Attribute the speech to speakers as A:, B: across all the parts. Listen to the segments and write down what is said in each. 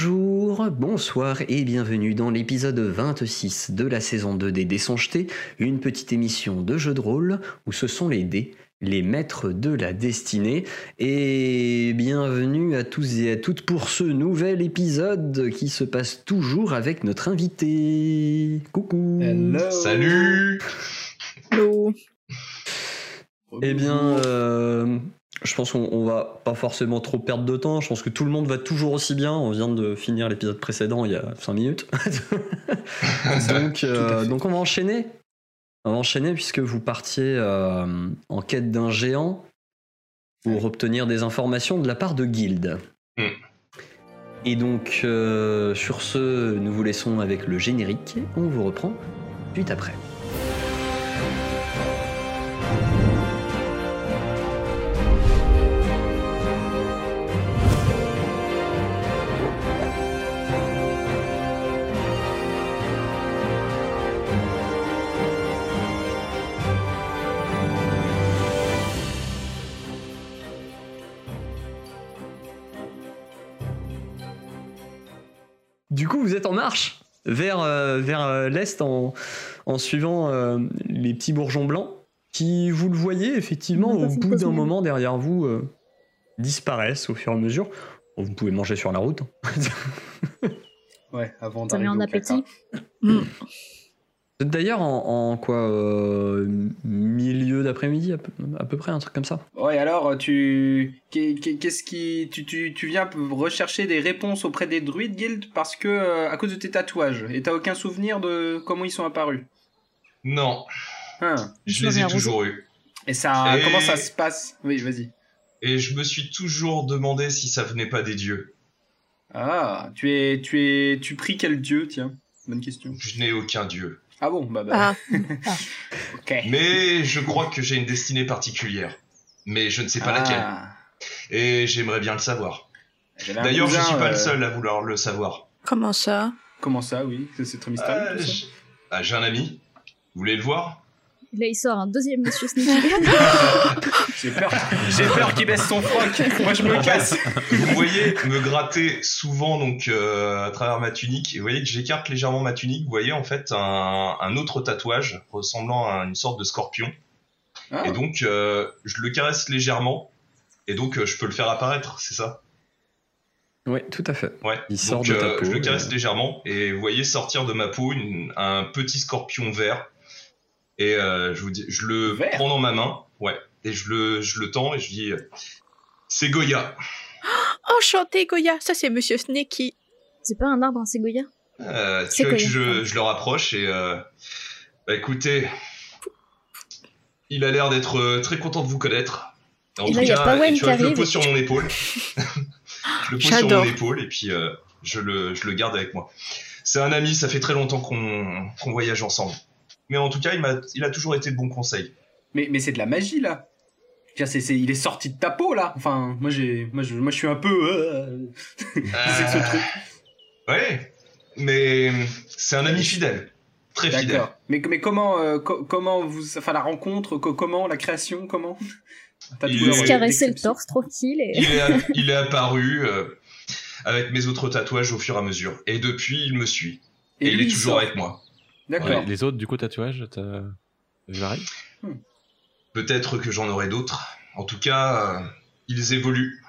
A: Bonjour, bonsoir et bienvenue dans l'épisode 26 de la saison 2 des Dés sont jetés, une petite émission de jeu de rôle où ce sont les dés, les maîtres de la destinée. Et bienvenue à tous et à toutes pour ce nouvel épisode qui se passe toujours avec notre invité. Coucou
B: Hello.
C: Salut
D: Allô
A: Eh bien, euh, je pense qu'on on va pas forcément trop perdre de temps. Je pense que tout le monde va toujours aussi bien. On vient de finir l'épisode précédent il y a 5 minutes.
B: Ah,
A: donc, euh, donc on va enchaîner. On va enchaîner puisque vous partiez euh, en quête d'un géant pour obtenir des informations de la part de Guild.
C: Mm.
A: Et donc, euh, sur ce, nous vous laissons avec le générique. On vous reprend suite après. Du coup, vous êtes en marche vers, euh, vers euh, l'est en, en suivant euh, les petits bourgeons blancs qui, vous le voyez, effectivement,
D: Ouais, ça,
A: au
D: c'est
A: bout
D: pas
A: d'un
D: mal.
A: moment derrière vous, euh, disparaissent au fur et à mesure. Bon, Vous pouvez manger sur la route.
B: Ouais, avant
D: Ça met
B: d'arriver
D: en
B: au
D: appétit
B: placard.
A: Vous êtes D'ailleurs, en, en quoi euh, Milieu d'après-midi, à, peu- à peu près, un truc comme ça.
B: Ouais, alors euh, tu qu'est- qu'est- qu'est-ce qui tu, tu, tu viens rechercher des réponses auprès des druides guild parce que euh, à cause de tes tatouages et t'as aucun souvenir de comment ils sont apparus.
C: Non,
B: Hein.
C: je les ai toujours eus.
B: Et ça
C: Et-
B: comment ça se passe Oui, vas-y.
C: Et je me suis toujours demandé si ça venait pas des dieux.
B: Ah, tu es tu es tu pries quel dieu tiens Bonne question.
C: Je n'ai aucun dieu.
B: Ah bon, bah, bah
D: Ah,
B: OK.
C: Mais je crois que j'ai une destinée particulière. Mais je ne sais pas
B: Ah.
C: laquelle. Et j'aimerais bien le savoir.
B: J'avais un
C: D'ailleurs, je
B: cousin,
C: suis pas
B: euh,
C: le seul à vouloir le savoir.
D: comment ça
B: Comment ça Oui, Ça, c'est très mystérieux.
C: Euh,
B: tout ça.
C: j'- Ah, j'ai un ami. Vous voulez le voir
E: Là, il sort un deuxième monsieur Sneaky.
B: J'ai peur, j'ai peur qu'il baisse son froc. Moi, je me casse.
C: Vous me voyez me gratter souvent donc euh, à travers ma tunique. Et vous voyez que j'écarte légèrement ma tunique. Vous voyez en fait un, un autre tatouage ressemblant à une sorte de scorpion.
B: Ah.
C: Et donc euh, je le caresse légèrement. Et donc euh, je peux le faire apparaître, c'est ça
A: Oui, tout à fait.
C: Ouais.
A: Il
C: donc euh,
A: sort de ta peau, euh.
C: je le caresse
A: mais-
C: légèrement et vous voyez sortir de ma peau une- un petit scorpion vert. Et euh, je vous dis, je le
B: Vert
C: prends dans ma main. Ouais. Et je le je le tends et je dis, euh, c'est Goya.
D: Enchanté, Goya Ça, c'est Monsieur Sneaky.
E: C'est pas un arbre, un ségoya
C: Euh,
E: C'est
C: tu vois que
E: quoi,
C: je,
E: Yann
C: je le rapproche et euh, bah, écoutez, il a l'air d'être euh, très content de vous connaître. En
E: Et
C: tout
E: là, il y a
C: cas, et
E: Pawen
C: tu
E: qui
C: vois, je le
E: arrive.
C: pose sur mon épaule. je le pose sur
D: J'adore.
C: mon épaule et puis euh, je, le, je le garde avec moi. C'est un ami, ça fait très longtemps qu'on qu'on voyage ensemble. Mais en tout cas, il, m'a- il a toujours été de bons conseils.
B: Mais, mais c'est de la magie là. Je veux dire, c'est- c'est- il est sorti de ta peau là. Enfin, moi j'ai, moi je, moi je suis un peu. euh, c'est que
C: Euh,
B: ce truc.
C: Ouais, mais c'est un ami fidèle. Très fidèle.
B: D'accord. Mais, mais comment, euh, co- comment vous, enfin la rencontre, co- comment la création, comment T'as
C: Il
B: trouvé
C: est-
B: un-
E: Se
C: Ouais,
E: caresser le
B: d'exception.
E: torse tranquille et.
C: il, est, il est apparu euh, avec mes autres tatouages au fur et à mesure. Et depuis, il me suit. Et, il
B: lui,
C: est toujours
B: sort.
C: avec moi.
B: D'accord.
F: Ouais, les autres, du coup, tatouage, t'as vu pareil
C: Peut-être que j'en aurai d'autres. En tout cas, euh, ils évoluent.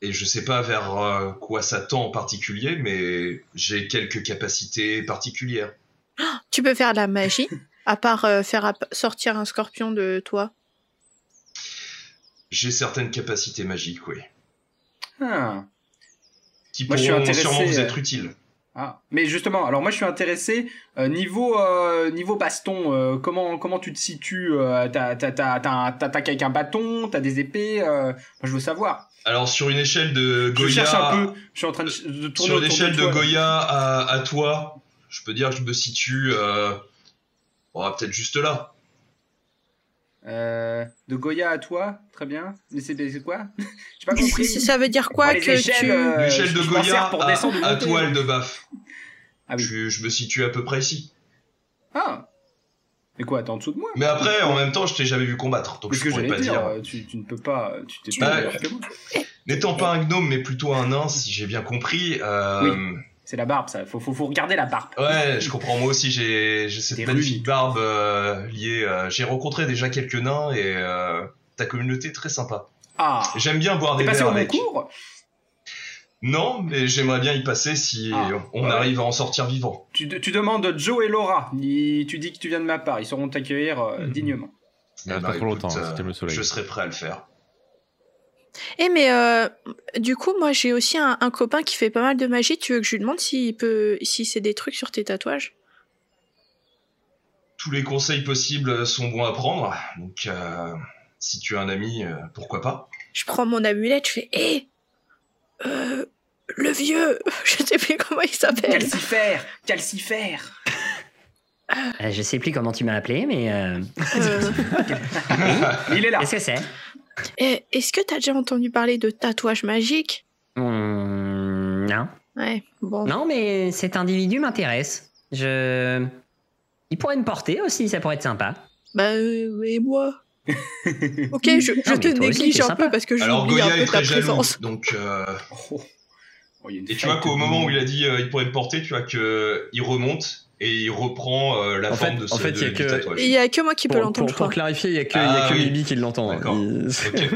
C: Et je sais pas vers euh, quoi ça tend en particulier, mais j'ai quelques capacités particulières.
D: Tu peux faire de la magie, à part euh, faire app- sortir un scorpion de toi.
C: J'ai certaines capacités magiques, oui.
B: Ah.
C: Qui
B: Moi, je suis
C: pourront
B: intéressé,
C: sûrement vous
B: euh,
C: être utiles.
B: Ah. Mais justement, alors moi je suis intéressé euh, niveau euh, niveau baston. euh, comment comment tu te situes euh, T'as t'as- t'as- t'as- t'attaques avec un bâton T'as des épées euh, moi, Je veux savoir.
C: Alors, sur une échelle de
B: Je cherche
C: Goya,
B: un peu. Je suis en train de, ch- de tourner
C: sur
B: autour
C: l'échelle de,
B: toi, là.
C: Goya à, à toi, je peux dire que je me situe euh, bon, peut-être juste là.
B: Euh, de Goya à toi, très bien. Mais c'est c'est quoi J'ai pas compris.
D: ça veut dire quoi
B: Ah, les
D: que
B: échelles,
D: tu...
B: euh,
C: L'échelle
B: je-
C: de
B: je m'en
C: Goya
B: sers pour
C: à-
B: descendre ou
C: à,
B: monter.
C: toile de baf.
B: Ah oui.
C: je, je me situe à peu près ici.
B: Ah Mais quoi, t'es en dessous de moi
C: Mais après, en même temps, je t'ai jamais vu combattre, donc
B: Parce
C: je
B: que
C: pourrais
B: j'allais
C: pas
B: dire,
C: dire.
B: euh, tu, tu ne peux pas. euh, Tu t'es
D: Tu-
B: pas
C: Bah,
B: c'est bon.
C: N'étant pas un gnome, mais plutôt un nain, si j'ai bien compris. euh,
B: C'est la barbe, ça. Faut, faut, faut regarder la barbe.
C: Ouais, je comprends. Moi aussi, j'ai j'ai cette
B: Des
C: magnifique
B: runes.
C: barbe euh, liée. euh, j'ai rencontré déjà quelques nains et euh, ta communauté est très sympa.
B: Ah
C: J'aime bien boire
B: T'es
C: des
B: passé
C: verres
B: au
C: avec.
B: concours
C: Non, mais j'aimerais bien y passer si
B: Ah,
C: on
B: ouais.
C: arrive à en sortir vivant.
B: tu, de- tu demandes Joe et Laura. Ils- tu dis que tu viens de ma part. Ils sauront t'accueillir euh,
F: Mhm.
B: dignement.
C: Eh
F: Mais reste pas
C: ben,
F: trop longtemps,
C: écoute,
F: hein,
C: euh,
F: c'était le soleil.
C: Je serais prêt à le faire.
D: Eh mais euh, du coup, moi j'ai aussi un, un copain qui fait pas mal de magie. Tu veux que je lui demande s'il peut, si c'est des trucs sur tes tatouages
C: Tous les conseils possibles sont bons à prendre, donc euh, si tu as un ami, euh, pourquoi pas
D: Je prends mon amulette, je fais hé, euh, le vieux, je sais plus comment il s'appelle.
B: Calcifère Calcifère
G: Euh, je sais plus comment tu m'as appelé, mais euh,
D: Euh,
B: Il est là
G: qu'est-ce que c'est
D: eh, Est-ce que t'as déjà entendu parler de tatouage magique
G: Hmm, Non.
D: Ouais. Bon.
G: Non, mais cet individu m'intéresse. Je. Il pourrait me porter aussi, ça pourrait être sympa.
D: Bah euh, et moi. ok, je, je
G: mais
D: te
G: toi aussi,
D: néglige
G: t'es
D: un
G: sympa.
D: peu parce que je
C: Alors
D: j'oublie
C: Goya
D: un
C: est
D: peu ta
C: très jaloux,
D: présence.
C: donc euh,
B: Oh. Oh, il y a une
C: et tu vois
B: fête
C: qu'au
B: de-
C: moment où il a dit euh, il pourrait me porter, tu vois que il remonte et il reprend euh, la
A: En fait-
C: forme de ce
A: en fait, il y a
C: de-
A: que-
C: du tatouage.
D: Il y a que moi qui peux
A: Pour,
D: l'entendre,
A: pour,
D: je crois.
A: pour clarifier, il n'y a que, il y
C: Ah
A: a que
C: oui.
A: Bibi qui l'entend. hein.
C: D'accord.
A: Il-
C: Ok.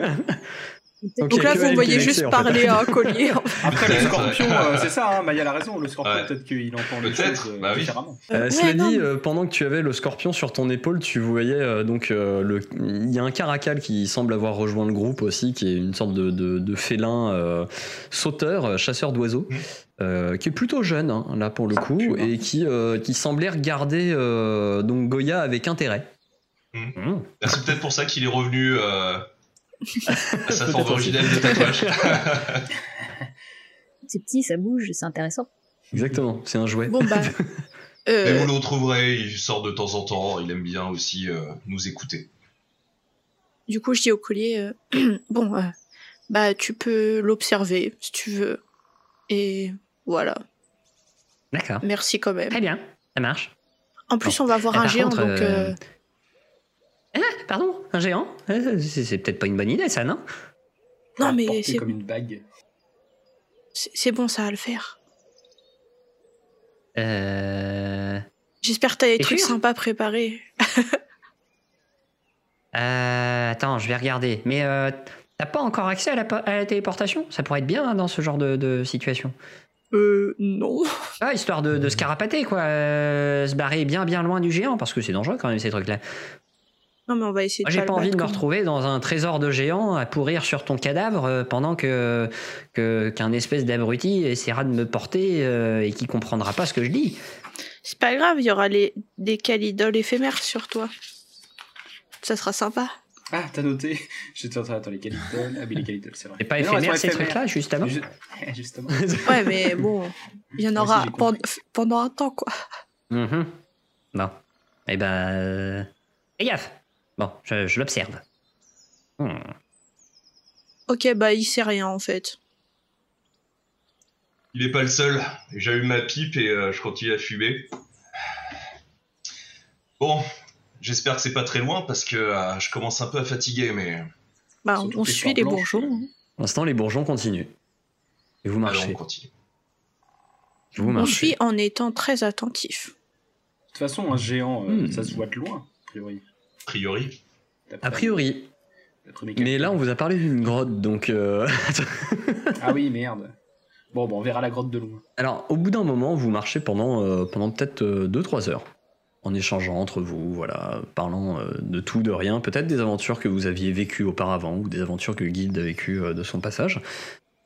A: Donc
D: Donc
A: il y a
D: là,
A: que
D: vous
A: elle
D: me
A: qui
D: voyez
A: est
D: juste
A: vexée, en fait.
D: parler à un collier. en fait.
B: Après
C: Ouais,
B: le
C: c'est
B: scorpion,
C: vrai.
B: euh, c'est ça, hein, Maya l'a raison, le scorpion,
C: Ouais.
B: peut-être qu'il entend les
C: Peut-être,
B: choses euh,
C: bah oui.
B: différemment.
A: Euh,
D: Ouais,
A: cela
D: non,
A: dit,
D: mais-
A: euh, pendant que tu avais le scorpion sur ton épaule, tu voyais euh, donc euh, le. Il y a un caracal qui semble avoir rejoint le groupe aussi, qui est une sorte de, de, de félin euh, sauteur, euh, chasseur d'oiseaux,
C: Mhm.
A: euh, qui est plutôt jeune hein, là pour le
B: Ah,
A: coup
B: putain.
A: et qui euh, qui semblait regarder euh, donc Goya avec intérêt.
G: Hmm.
C: Ah, C'est peut-être pour ça qu'il est revenu euh, à sa forme
A: Peut-être aussi.
C: originelle de tatouage.
E: C'est petit, ça bouge, c'est intéressant.
A: Exactement, c'est un jouet.
D: Bon bah.
C: Mais
D: euh,
C: vous le retrouverez, il sort de temps en temps, il aime bien aussi euh, nous écouter.
D: Du coup, je dis au collier, euh, bon, euh, bah tu peux l'observer si tu veux. Et voilà,
G: D'accord.
D: merci quand même.
G: Très bien, ça marche.
D: En plus, on va voir
G: Ah,
D: un
G: par
D: géant,
G: contre,
D: donc...
G: euh,
D: euh,
G: Ah, pardon, un géant Euh, C'est c'est peut-être pas une bonne idée, ça, non bah,
D: Non, mais
B: Porté
D: c'est-
B: comme une bague.
D: c'est c'est bon, ça va le faire.
G: Euh.
D: J'espère que t'as des
G: T'es
D: trucs
G: sûr
D: sympas préparés.
G: Euh, attends, je vais regarder. Mais euh, t'as pas encore accès à la, po- à la téléportation Ça pourrait être bien hein, dans ce genre de, de situation.
D: Euh, non.
G: Ah, histoire de, de se carapater, quoi. euh, se barrer bien, bien loin du géant, parce que c'est dangereux quand même ces trucs-là.
D: Non, mais on va essayer
G: Moi,
D: de
G: j'ai
D: le
G: pas envie de me
D: battre, quoi.
G: retrouver dans un trésor de géant à pourrir sur ton cadavre euh, pendant que que- qu'un espèce d'abruti essaiera de me porter euh, et qui comprendra pas ce que je dis.
D: C'est pas grave, il y aura les... des calidoles éphémères sur toi. Ça sera sympa.
B: Ah, t'as noté J'étais en train d'attendre les qualités. Ah, mais les qualités, c'est vrai.
G: C'est pas
B: Mais non, elles
G: éphémère
B: sont
G: ces
B: éphémères.
G: trucs-là, juste avant.
B: Ju- Justement.
D: Ouais, mais bon, il y en
B: Moi aussi,
D: aura
B: j'ai
D: pen-
B: compris.
D: f- pendant un temps, quoi.
G: Mhm. Bon. Eh ben. euh, Fais gaffe. Bon, je, je l'observe. Hmm.
D: Ok, bah il sait rien, en fait.
C: Il est pas le seul, j'allume ma pipe et euh, je continue à fumer. Bon, j'espère que c'est pas très loin parce que euh, je commence un peu à fatiguer, mais
D: Bah, on,
B: Surtout
D: on
B: que les
D: suit
B: fleurs
D: les
B: blanches,
D: bourgeons. hein.
A: Pour l'instant, les bourgeons continuent. Et vous
C: allons, on
A: marchez.
C: continue.
A: vous
D: On
A: marchez.
D: suit en étant très attentif.
B: De toute façon, un géant, euh,
A: Hmm.
B: ça se voit de loin, a priori.
C: A priori,
B: D'après-
A: A priori.
B: d'après mes
A: Mais
B: calculs.
A: là, on vous a parlé d'une grotte, donc. euh,
B: Ah oui, merde. Bon, bon, on verra la grotte de loin.
A: Alors, au bout d'un moment, vous marchez pendant, euh, pendant peut-être 2-3 heures, en échangeant entre vous, voilà, parlant euh, de tout, de rien, peut-être des aventures que vous aviez vécues auparavant, ou des aventures que Guild a vécues euh, de son passage,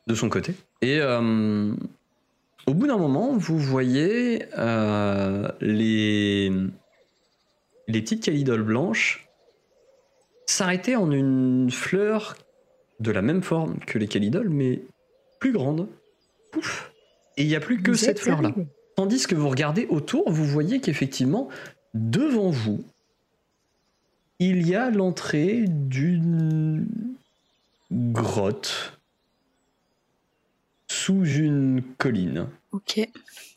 A: de son côté. Et euh, au bout d'un moment, vous voyez euh, les, les petites calidoles blanches s'arrêter en une fleur de la même forme que les calidoles, mais plus grande. Pouf Et il n'y a plus que
E: Vous
A: cette
E: êtes
A: fleur-là.
E: arrivés.
A: Tandis que vous regardez autour, vous voyez qu'effectivement, devant vous, il y a l'entrée d'une grotte sous une colline.
D: Ok.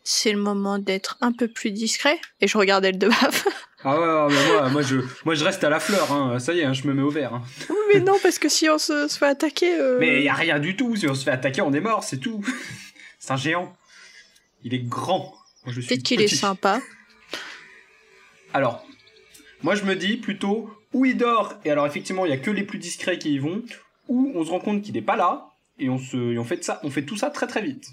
D: C'est le moment d'être un peu plus discret. Et je regarde elle de baffe.
B: Ah ouais, ouais, mais moi, moi, je, moi je reste à la fleur, hein. ça y est, hein, je me mets au vert. hein.
D: Oui, mais non, parce que si on se, se fait attaquer. euh,
B: Mais il y a rien du tout, si on se fait attaquer, on est mort, c'est tout. c'est un géant. Il est grand. Moi, je suis
D: Peut-être qu'il est
B: petit.
D: sympa.
B: Alors, moi je me dis plutôt où il dort, et alors effectivement il y a que les plus discrets qui y vont, ou on se rend compte qu'il n'est pas là, et on, se, et on, fait de ça, on fait tout ça très très vite.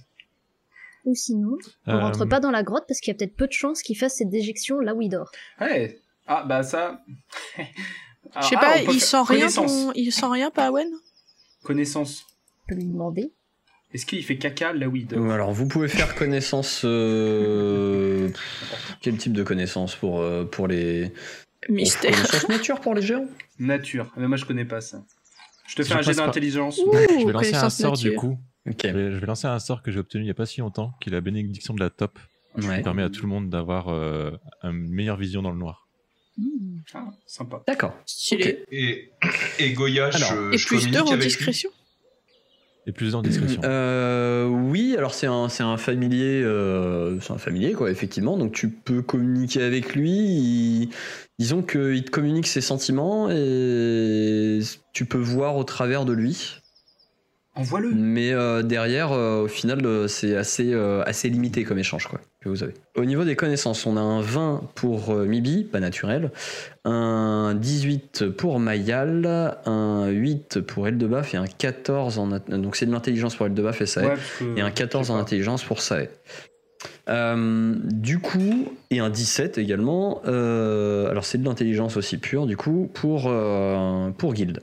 E: Ou sinon, on
F: Euh,
E: rentre pas dans la grotte parce qu'il y a peut-être peu de chances qu'il fasse cette déjection là où il dort.
B: Ouais. Ah bah ça... Ah,
D: Je sais pas, il sent
B: sent
D: rien,
B: Connaissance.
D: ton- il sent rien, Pawen
B: Connaissance.
E: On peut lui demander.
B: Est-ce qu'il fait caca là où il dort
A: Euh, Alors, vous pouvez faire connaissance. euh, Quel type de connaissance pour, euh, pour les.
D: Mystère.
A: pour- Connaissance nature pour les géants
B: Nature. Ah, Mais moi je connais pas ça. Je te
F: Je
B: fais un jet
F: pense pas.
B: d'intelligence.
F: Je vais lancer un
D: connaissance
F: sort du
D: nature.
F: coup.
A: Ok.
F: Je vais, je vais lancer un sort que j'ai obtenu il n'y a pas si longtemps, qui est la bénédiction de la top, qui
A: Ouais.
F: permet à tout le monde d'avoir euh, une meilleure vision dans le noir.
E: Hmm.
B: Ah, sympa.
G: D'accord.
D: Stylé.
C: Et, et Goya,
F: Alors,
C: je,
D: Et
C: je
D: plus
C: communique
D: d'heures en
C: avec lui.
D: discrétion.
F: Et plus en discrétion.
A: Euh, oui, alors c'est un, c'est un familier, euh, c'est un familier quoi, effectivement. Donc tu peux communiquer avec lui. Il- disons qu'il te communique ses sentiments et tu peux voir au travers de lui.
B: Envoie-le.
A: Mais euh, derrière, euh, au final, euh, c'est assez, euh, assez limité comme échange quoi, que vous avez. Au niveau des connaissances, on a un 20 pour euh, Mibi, pas naturel, un 18 pour Mayal, un 8 pour Eldebaf et un 14 en... at- Donc c'est de l'intelligence pour Eldebaf et ça aide.
B: Ouais, parce que-
A: Et un 14
B: je sais
A: en
B: pas.
A: intelligence pour ça. Euh, du coup, et un 17 également, euh, alors c'est de l'intelligence aussi pure, du coup, pour, euh, pour Guild.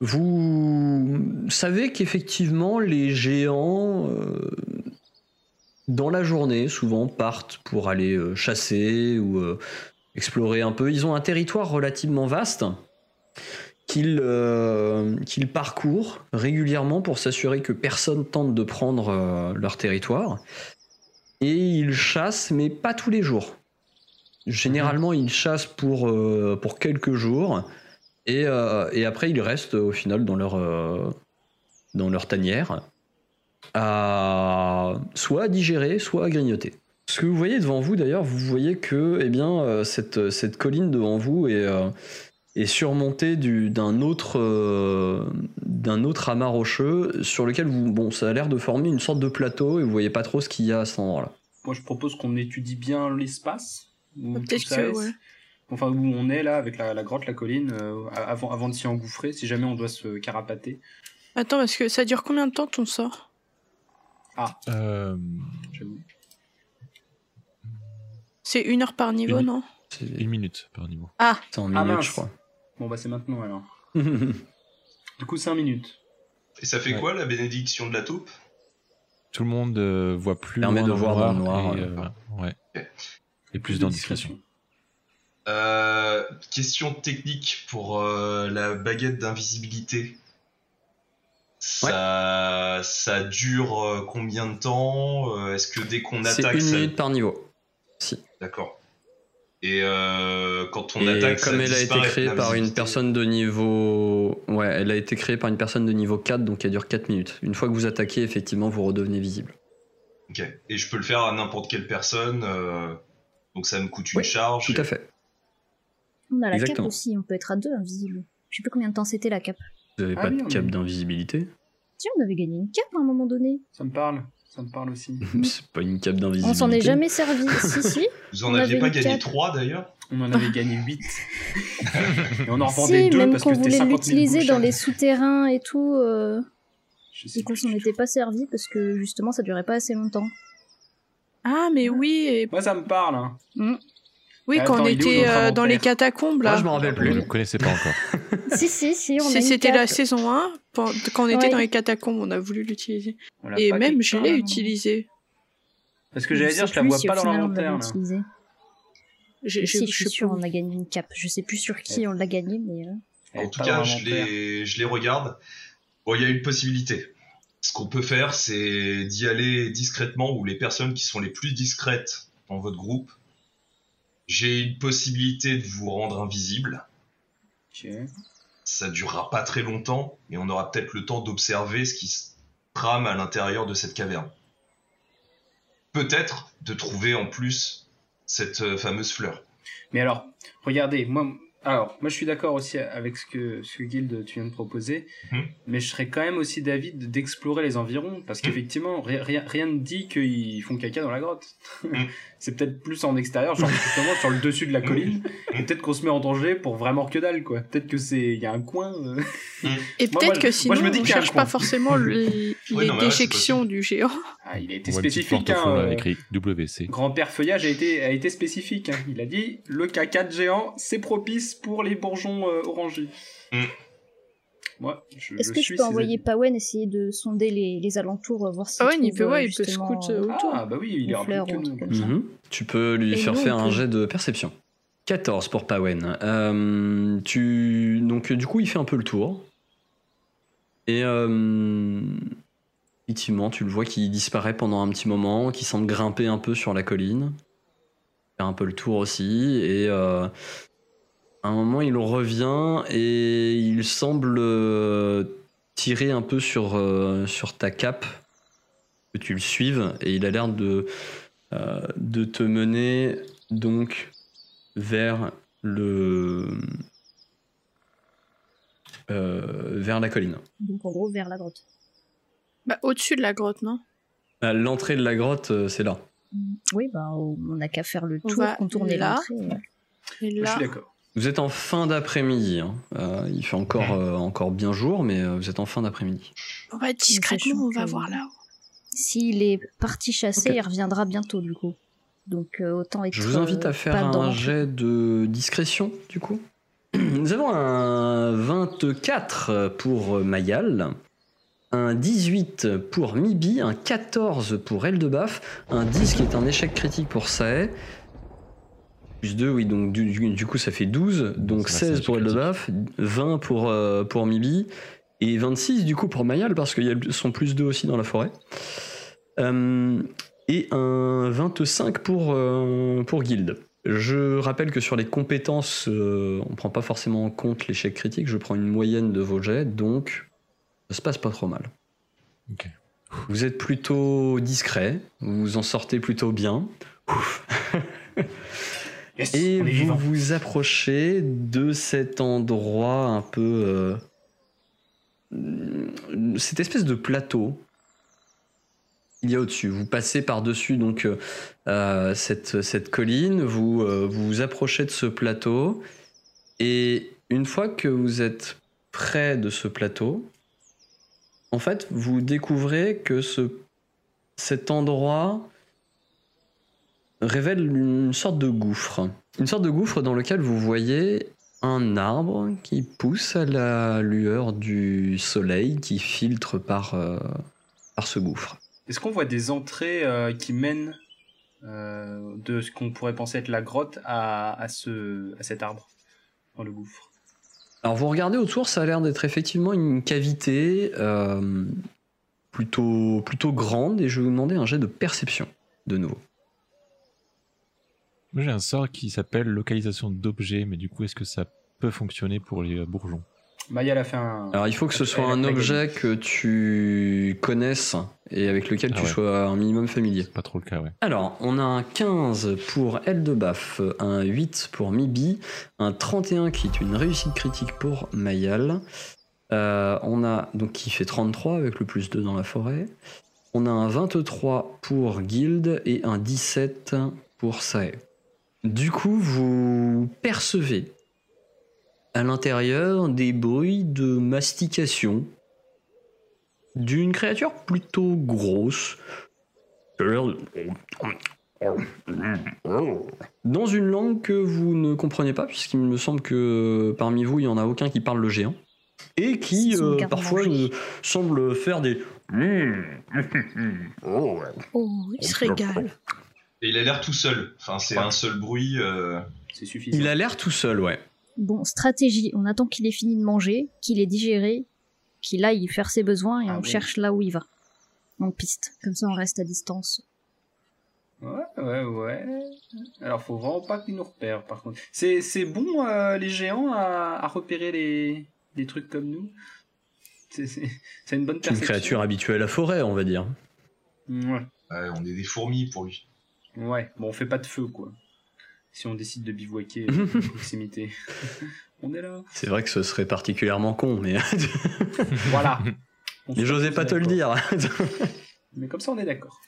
A: Vous savez qu'effectivement, les géants, euh, dans la journée, souvent partent pour aller euh, chasser ou euh, explorer un peu. Ils ont un territoire relativement vaste qu'ils euh, qu'ils parcourent régulièrement pour s'assurer que personne tente de prendre euh, leur territoire. Et ils chassent, mais pas tous les jours. Généralement, ils chassent pour, euh, pour quelques jours. Et, euh, et après, ils restent au final dans leur, euh, dans leur tanière, à soit à digérer, soit à grignoter. Ce que vous voyez devant vous, d'ailleurs, vous voyez que eh bien, euh, cette, cette colline devant vous est, euh, est surmontée du- d'un autre, euh, d'un autre amas rocheux sur lequel vous, bon, ça a l'air de former une sorte de plateau et vous voyez pas trop ce qu'il y a à cet endroit-là.
B: Moi je propose qu'on étudie bien l'espace.
E: Bah,
B: où
D: Peut-être
B: tout ça
D: que,
B: est.
D: ouais.
B: Enfin, où on est là, avec la, la grotte, la colline, euh, avant, avant de s'y engouffrer, si jamais on doit se carapater.
D: Attends, parce que ça dure combien de temps ton sort
F: Euh,
B: J'avoue.
D: C'est une heure par niveau,
F: Une-
D: non
A: C'est
F: une minute par niveau.
A: c'est en
B: Ah,
A: minutes,
B: mince.
A: je crois.
B: Bon, bah c'est maintenant alors. Du coup, 5 minutes.
C: Et ça fait
F: Ouais.
C: quoi la bénédiction de la taupe
F: Tout le monde euh, voit plus
A: Permet
F: loin
A: de
F: dans
A: voir dans
F: le
A: le
F: noir.
A: noir,
F: et, euh, ouais. Et plus dans discrétion.
C: Euh, question technique pour euh, la baguette d'invisibilité. Ça, ça dure euh, combien de temps Euh, Est-ce que dès qu'on
A: C'est
C: attaque,
A: une
C: ça...
A: minute par niveau. Si.
C: D'accord. Et euh, quand on
A: Et
C: attaque, ça
A: comme elle a été
C: disparaît,
A: créée par une
C: l'invisibilité.
A: personne de niveau. Ouais, elle a été créée par une personne de niveau 4, donc elle dure 4 minutes. Une fois que vous attaquez, effectivement, vous redevenez visible.
C: Ok. Et je peux le faire à n'importe quelle personne. euh, Donc ça me coûte une
A: Oui,
C: charge.
A: Tout à fait.
E: On a la
A: Exactement.
E: cape aussi, on peut être à deux invisible. Je sais plus combien de temps c'était la cape.
A: Vous n'avez
B: Ah
A: pas
B: oui,
A: de
B: on
A: cap
B: est-
A: d'invisibilité.
E: Si on avait gagné une cape à un moment donné,
B: Ça me parle. Ça me parle aussi.
A: C'est pas une cape d'invisibilité.
E: on s'en est jamais servi. si si,
C: Vous en
E: On
C: aviez
E: avait
C: pas
E: une
C: gagné
E: cape.
C: 3 d'ailleurs
B: On en avait gagné 8. Et on en revendait
E: si
B: 2
E: même
B: parce que
E: qu'on
B: c'était
E: voulait
B: 50 000
E: l'utiliser
B: boules
E: dans
B: chaque.
E: les souterrains et tout, euh,
B: Je sais
E: et qu'on
B: plus.
E: s'en était pas servi parce que justement ça durait pas assez longtemps.
D: Ah, mais oui, et...
B: Moi, ça me parle. hein.
E: Hmm.
D: oui,
B: Attends,
D: quand on
B: il est où,
D: était
B: notre
D: euh, dans les
B: inventaire
D: catacombes,
A: Ah,
D: là.
A: je m'en rappelle
F: Vous
A: plus.
F: ne le connaissez pas encore.
E: si si si, on a
D: C'est-
E: une
D: C'était
E: cape.
D: la saison 1, pen- quand on était
E: Ouais.
D: dans les catacombes, on a voulu l'utiliser.
B: On l'a
D: Et
B: pas hein.
D: même,
B: quelque
D: je
B: part,
D: l'ai
B: là, non
D: utilisée.
B: Parce que j'allais
E: sais
B: dire, je la
E: plus
B: vois
E: si
B: pas
E: au
B: dans
E: final, on
B: l'inventaire.
E: l'avait
B: là.
E: utilisée.
D: J'ai-
E: Si, je
D: j'ai- je
E: suis
D: sais
E: sûre,
D: plus.
E: on a gagné une cape. Je sais plus sur qui on l'a gagnée, mais. euh,
B: Elle est
C: En tout
B: pas
C: cas,
B: dans
C: je
B: l'inventaire.
C: les, je les regarde. Bon, il y a une possibilité. Ce qu'on peut faire, c'est d'y aller discrètement ou les personnes qui sont les plus discrètes dans votre groupe. J'ai une possibilité de vous rendre invisible.
B: Ok.
C: Ça durera pas très longtemps, mais on aura peut-être le temps d'observer ce qui se trame à l'intérieur de cette caverne. Peut-être de trouver en plus cette euh, fameuse fleur.
B: Mais alors, regardez, moi, alors, moi je suis d'accord aussi avec ce que, ce que Guild tu viens de proposer,
C: Mhm.
B: mais je serais quand même aussi d'avis de- d'explorer les environs, parce
C: Hmm.
B: qu'effectivement, ri- rien, rien ne dit qu'ils font caca dans la grotte.
C: Mhm.
B: C'est peut-être plus en extérieur, genre justement sur le dessus de
C: Hmm.
B: la colline, et peut-être qu'on se met en danger pour vraiment que dalle, quoi. Peut-être que c'est, il y a un coin. euh.
D: Et
B: Moi,
D: peut-être
B: moi, je-
D: que
B: moi,
D: sinon,
B: je me dis
D: on
B: qu'il y a un
D: cherche
B: coin.
D: pas forcément le-
C: mais
D: les
C: ouais, c'est
D: déjections du géant.
B: Ah, il a été
F: Ou un petit
B: spécifique, hein.
F: porte-faux, là,
B: euh,
F: écrit WC.
B: Grand-père Feuillage a été, a été spécifique. hein. Il a dit le caca de géant, c'est propice pour les bourgeons euh, orangés.
C: Mm.
B: Moi, je,
E: Est-ce que je
B: suis
E: peux
B: ses
E: envoyer
B: avis.
E: Pawen essayer de sonder les, les alentours, euh, voir si
D: Ah ouais,
E: trouve,
D: il peut,
E: euh,
D: ouais, il peut
E: justement,
D: scout
E: euh,
D: euh, autour.
B: Ah, bah oui, il est
E: Une
B: rapide
E: fleur
B: que
E: ou un
B: nous.
E: truc comme ça.
A: Mhm. Tu peux lui
E: Et
A: faire
E: nous, on
A: faire un
E: peut-
A: jet de perception. 14 pour Pawen. Euh, tu... Donc euh, du coup, il fait un peu le tour. Et euh, effectivement, tu le vois qui disparaît pendant un petit moment, qui semble grimper un peu sur la colline. Faire un peu le tour aussi. Et euh, à un moment, il revient et il semble euh, tirer un peu sur, euh, sur ta cape. Que tu le suives. Et il a l'air de euh, de te mener donc vers le euh, vers la colline.
E: Donc en gros vers la grotte.
D: Bah, au-dessus de la grotte, non
A: À l'entrée de la grotte, euh, c'est là.
E: Mm. Oui, bah on on n'a qu'à faire le
D: On
E: tour,
D: va
E: contourner
D: là.
E: l'entrée.
D: Et
B: Je
D: là,
B: suis d'accord.
A: Vous êtes en fin d'après-midi. hein. Euh, il fait encore euh, encore bien jour, mais euh, vous êtes en fin d'après-midi.
D: on va discrètement, on va
E: que-
D: voir là-haut.
E: S'il est parti chasser,
A: Ok.
E: il reviendra bientôt du coup. Donc euh, autant être.
A: Je vous invite
E: euh,
A: à faire
E: pas dans
A: un
E: l'entrée.
A: jet de discrétion, du coup. Nous avons un 24 pour euh, Mayal, un 18 pour Mibi, un 14 pour Eldebaf, un 10 qui est un échec critique pour Sae. Plus 2, oui, donc du, du- du coup ça fait 12, donc
F: Ça va, c'est un
A: 16 pour
F: échec
A: Eldebaf, 20 pour, euh, pour Mibi, et 26 du coup pour Mayal, parce qu'il y a son plus 2 aussi dans la forêt. Euh, et un 25 pour, euh, pour Guild. Je rappelle que sur les compétences, euh, on prend pas forcément en compte l'échec critique, je prends une moyenne de vos jets, donc ça se passe pas trop mal.
F: Ok.
A: Vous êtes plutôt discret, vous vous en sortez plutôt bien. Ouf.
B: Yes,
A: Et
B: on est
A: vous
B: vivant.
A: vous approchez de cet endroit un peu. euh, cette espèce de plateau qu'il y a au-dessus. Vous passez par-dessus donc euh, euh, cette, cette colline, vous, euh, vous vous approchez de ce plateau, et une fois que vous êtes près de ce plateau, en fait, vous découvrez que ce, cet endroit révèle une sorte de gouffre. Une sorte de gouffre dans lequel vous voyez un arbre qui pousse à la lueur du soleil qui filtre par, euh, par ce gouffre.
B: Est-ce qu'on voit des entrées euh, qui mènent euh, de ce qu'on pourrait penser être la grotte à, à, ce, à cet arbre dans le gouffre
A: Alors vous regardez autour, ça a l'air d'être effectivement une cavité euh, plutôt, plutôt grande et je vais vous demander un jet de perception de nouveau.
F: Moi, J'ai un sort qui s'appelle localisation d'objets, mais du coup, est-ce que ça peut fonctionner pour les euh, bourgeons
B: Mayal a fait un.
A: Alors il faut que ce
B: Elle-
A: soit
B: elle a
A: un
B: fait
A: objet que tu connaisses et avec lequel
F: Ah
A: tu
F: ouais.
A: sois un minimum familier.
F: C'est pas trop le cas, ouais.
A: Alors, on a un 15 pour Eldebaf, un 8 pour Mibi, un 31 qui est une réussite critique pour Mayal. Euh, on a donc qui fait 33 avec le plus 2 dans la forêt. On a un 23 pour Guild et un 17 pour Sae. Du coup, vous percevez à l'intérieur des bruits de mastication d'une créature plutôt grosse. Ça a l'air de- dans une langue que vous ne comprenez pas, puisqu'il me semble que euh, parmi vous, il n'y en a aucun qui parle le géant, et qui
E: C'est une
A: euh,
E: carte
A: parfois
E: mangée.
A: euh, semble faire des...
D: Oh, il se régale.
C: Et il a l'air tout seul. Enfin, c'est un seul bruit. euh,
B: C'est suffisant.
A: Il a l'air tout seul, ouais.
E: Bon, stratégie, on attend qu'il ait fini de manger, qu'il ait digéré, qu'il aille faire ses besoins et
B: Ah
E: on
B: oui.
E: cherche là où il va. On piste, comme ça on reste à distance.
B: Ouais, ouais, ouais. Alors, faut vraiment pas qu'ils nous repèrent, par contre. C'est, c'est bon, euh, les géants, à, à repérer les, les trucs comme nous c'est, c'est, c'est une bonne
A: C'est une
B: perception.
A: créature habituée à la forêt, on va dire.
B: Ouais.
C: ouais, on est des fourmis pour lui.
B: ouais, bon, on fait pas de feu, quoi. si on décide de bivouaquer à proximité. on est là.
A: C'est vrai que ce serait particulièrement con, mais,
B: Voilà. On
A: mais
B: se-
A: j'osais pas te le dire.
B: Mais comme ça, on est d'accord.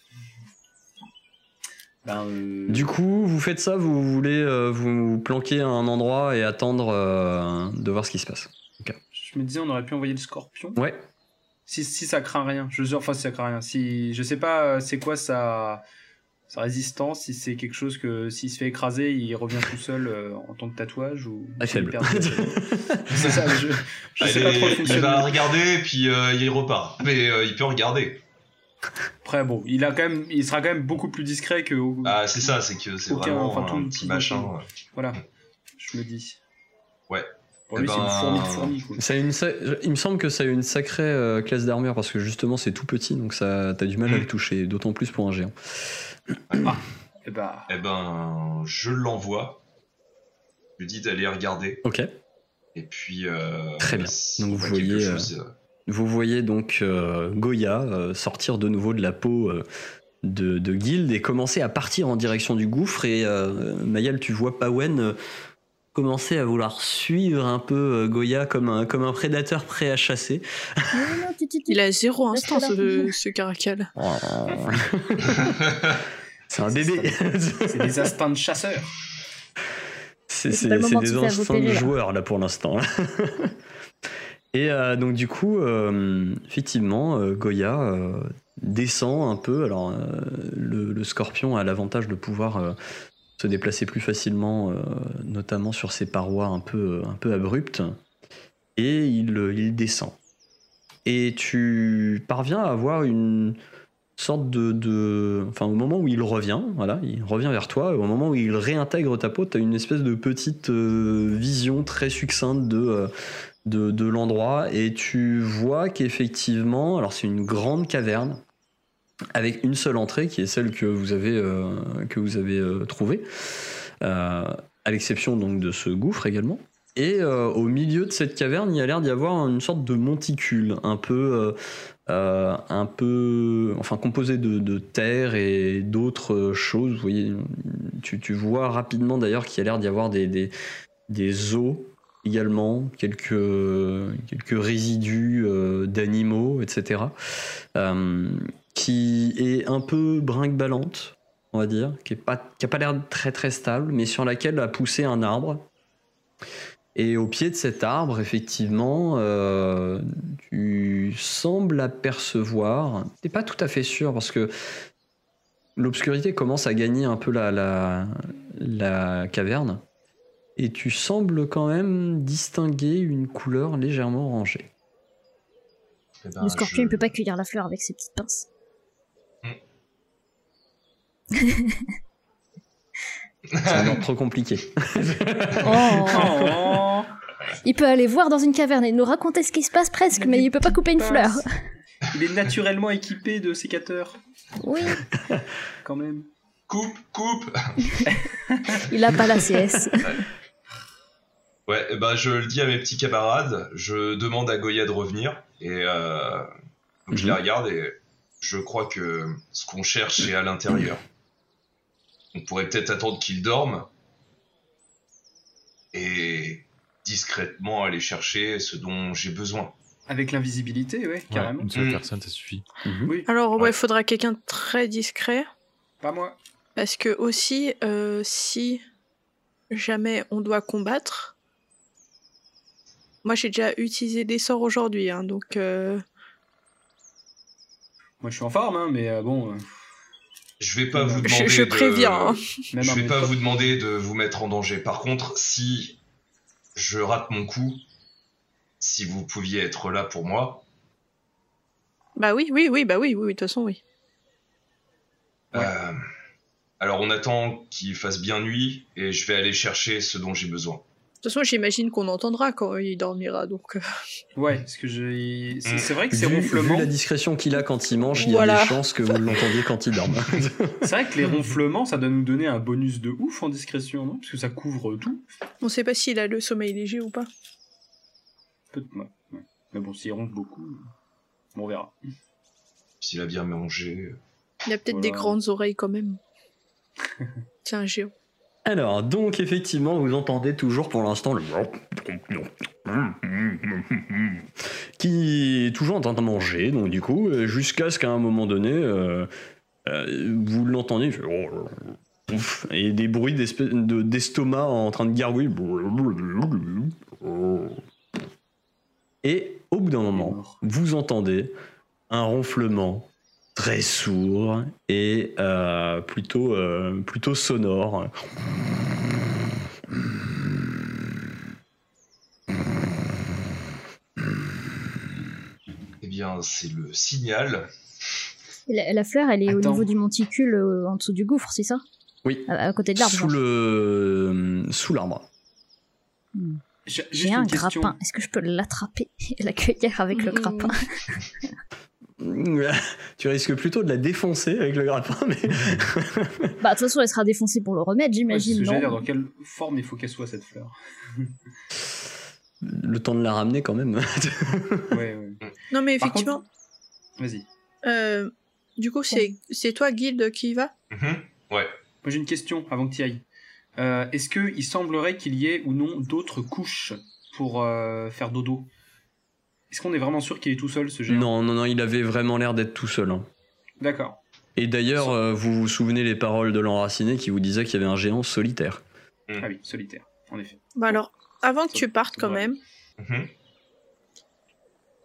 B: Ben, euh,
A: Du coup, vous faites ça, vous voulez euh, vous planquer à un endroit et attendre euh, de voir ce qui se passe.
B: je me disais, on aurait pu envoyer le scorpion.
A: Ouais.
B: Si, si ça craint rien, je enfin si ça craint rien. Si je sais pas euh, c'est quoi sa sa résistance, si c'est quelque chose que s'il se fait écraser, il revient tout seul euh, en tant que tatouage ou
A: Ah, faible.
B: il perd- c'est ça, je, je sais
C: Allez,
B: pas trop le
C: il va
B: fonctionnement.
C: regarder, puis euh, il repart. Mais euh, il peut regarder.
B: Après bon, il a quand même il sera quand même beaucoup plus discret que
C: Ah, c'est ça, c'est que c'est
B: Aucun,
C: vraiment
B: enfin, tout-
C: un
B: tout-
C: petit machin.
B: tout- voilà. Je me dis.
C: Ouais.
B: Pour
C: Eh
B: lui, c'est
C: ben,
B: une fourmi de fourmi quoi.
A: Ça a une sa- Il me semble que ça a une sacrée euh, classe d'armure parce que justement c'est tout petit donc ça t'as du mal à le toucher, d'autant plus pour un géant.
B: Eh bah,
C: Eh ben, je l'envoie. Je lui dis d'aller regarder.
A: Ok.
C: Et puis. euh,
A: Très bien.
C: s'il
A: Donc,
C: voit
A: vous
C: quelque
A: voyez,
C: chose, euh,
A: Vous voyez donc euh, Goya euh, sortir de nouveau de la peau euh, de, de Guild et commencer à partir en direction du gouffre. Et euh, Mayal, tu vois Pawen euh, commencer à vouloir suivre un peu euh, Goya comme un, comme un prédateur prêt à chasser.
E: Non, non, non, tu- tu- tu-
D: Il a zéro instant,
E: Laisse-le
D: ce,
E: là.
D: ce caracal.
A: C'est un bébé.
B: c'est des instincts de chasseur.
A: C'est
E: C'est
A: c'est-
E: pas le
A: c'est
E: moment de
A: des
E: se faire
A: instincts de
E: repérer, là.
A: joueurs là pour l'instant. hein. Et euh, donc du coup, euh, effectivement, euh, Goya euh, descend un peu. Alors euh, le, le scorpion a l'avantage de pouvoir euh, se déplacer plus facilement, euh, notamment sur ses parois un peu, euh, un peu abruptes. Et il, euh, il descend. Et tu parviens à avoir une sorte de, de- Enfin, au moment où il revient, voilà, il revient vers toi, et au moment où il réintègre ta peau, tu as une espèce de petite euh, vision très succincte de, euh, de, de l'endroit, et tu vois qu'effectivement, alors c'est une grande caverne, avec une seule entrée, qui est celle que vous avez, euh, que vous avez euh, trouvée, euh, à l'exception donc de ce gouffre également. Et euh, au milieu de cette caverne, il y a l'air d'y avoir une sorte de monticule, un peu... euh, euh, un peu, enfin composé de, de terre et d'autres euh, choses. Vous voyez, tu, tu vois rapidement d'ailleurs qu'il y a l'air d'y avoir des, des, des os également, quelques, quelques résidus euh, d'animaux, etc. euh, qui est un peu brinque-ballante, on va dire, qui n'a pas, qui a pas l'air très très stable, mais sur laquelle a poussé un arbre. Et au pied de cet arbre, effectivement, euh, tu sembles apercevoir. T'es pas tout à fait sûr parce que l'obscurité commence à gagner un peu la, la, la caverne. Et tu sembles quand même distinguer une couleur légèrement orangée.
C: eh ben,
E: Le scorpion,
C: je-
E: il peut pas cueillir la fleur avec ses petites pinces.
A: C'est un ordre trop compliqué.
E: Oh.
B: Oh,
E: il peut aller voir dans une caverne et nous raconter ce qui se passe presque, mais il peut pas couper une fleur.
B: pince. Il est naturellement équipé de sécateurs,
E: Oui,
B: quand même.
C: Coupe, coupe
E: il a pas la CS.
C: Ouais, eh ben, je le dis à mes petits camarades, je demande à Goya de revenir, et euh, donc je
A: Mhm.
C: la regarde, et je crois que ce qu'on cherche est à l'intérieur. On pourrait peut-être attendre qu'il dorme, et discrètement aller chercher ce dont j'ai besoin.
B: Avec l'invisibilité, ouais,
F: Ouais,
B: carrément.
F: une seule
C: Mm.
F: personne, ça suffit.
A: Mhm.
B: Oui,
D: Alors, ouais, il
C: Ouais.
D: faudra quelqu'un de très discret.
B: pas moi.
D: Parce que aussi, euh, si jamais on doit combattre, moi j'ai déjà utilisé des sorts aujourd'hui, hein, donc euh,
B: Moi, je suis en forme, hein, mais euh, bon. euh,
C: Je vais pas vous
D: Je-
C: demander
D: je
C: de-
D: préviens, hein.
B: même
C: Je
B: un
C: vais
B: bon
C: pas
B: top.
C: vous demander de vous mettre en danger. Par contre, si je rate mon coup, si vous pouviez être là pour moi,
D: bah oui, oui, oui, bah oui, oui, oui, de toute façon oui.
B: Ouais.
C: euh, alors on attend qu'il fasse bien nuit et je vais aller chercher ce dont j'ai besoin.
D: De toute façon, j'imagine qu'on entendra quand il dormira, donc. euh,
B: Ouais, parce que je. C'est
C: Mm.
B: c'est vrai que ces
A: Vu, vu
B: ronflements.
A: la discrétion qu'il a quand il mange, il y a
D: Voilà.
A: des chances que vous l'entendiez quand il dorme.
B: C'est vrai que les ronflements, ça doit nous donner un bonus de ouf en discrétion, non Parce que ça couvre tout.
D: On sait pas s'il a le sommeil léger ou pas.
B: Peut- ouais, ouais. Mais bon, s'ils ronflent beaucoup, bon, on verra.
C: S'il a bien mangé.
D: Il a peut-être des
B: Voilà.
D: grandes oreilles quand même. Tiens, géant.
A: Alors, donc effectivement, vous entendez toujours pour l'instant le qui est toujours en train de manger, donc du coup, euh, jusqu'à ce qu'à un moment donné, euh, euh, vous l'entendez, il fait pouf, et des bruits d'espèce- de- d'estomac en train de gargouiller. Et au bout d'un moment, vous entendez un ronflement très sourd et euh, plutôt, euh, plutôt sonore.
C: Eh bien, c'est le signal.
E: Et La, la fleur, elle est au
B: Attends.
E: niveau du monticule euh, en dessous du gouffre, c'est ça
A: Oui.
E: à, à côté de l'arbre.
A: Sous
E: genre.
A: le euh, sous l'arbre.
B: J'ai
E: J'ai un grappin. Est-ce que je peux l'attraper et la cueillir avec le
D: Mhm.
E: grappin
A: tu risques plutôt de la défoncer avec le grappin, mais
E: Bah, de toute façon, elle sera défoncée pour le remède, j'imagine.
B: j'allais dire
E: non
B: dans quelle forme il faut qu'elle soit cette fleur.
A: le temps de la ramener quand même.
B: Ouais, ouais.
D: mm. Non, mais
B: Par contre-
D: effectivement,
B: Vas-y. Moi
D: euh, du coup, c'est c'est toi, Guild, qui y va
C: Mhm.
B: j'ai une question avant que tu ailles. Euh, Est-ce que il semblerait qu'il y ait ou non d'autres couches pour euh, faire dodo Est-ce qu'on est vraiment sûr qu'il est tout seul ce géant
A: non, non, non, il avait vraiment l'air d'être tout seul. hein.
B: D'accord.
A: Et d'ailleurs, euh, vous vous souvenez les paroles de l'enraciné qui vous disait qu'il y avait un géant solitaire.
B: Ah oui, solitaire, en effet.
D: Bah alors, avant que
B: Ça-
D: tu partes quand
B: ouais.
D: même,
C: Mhm.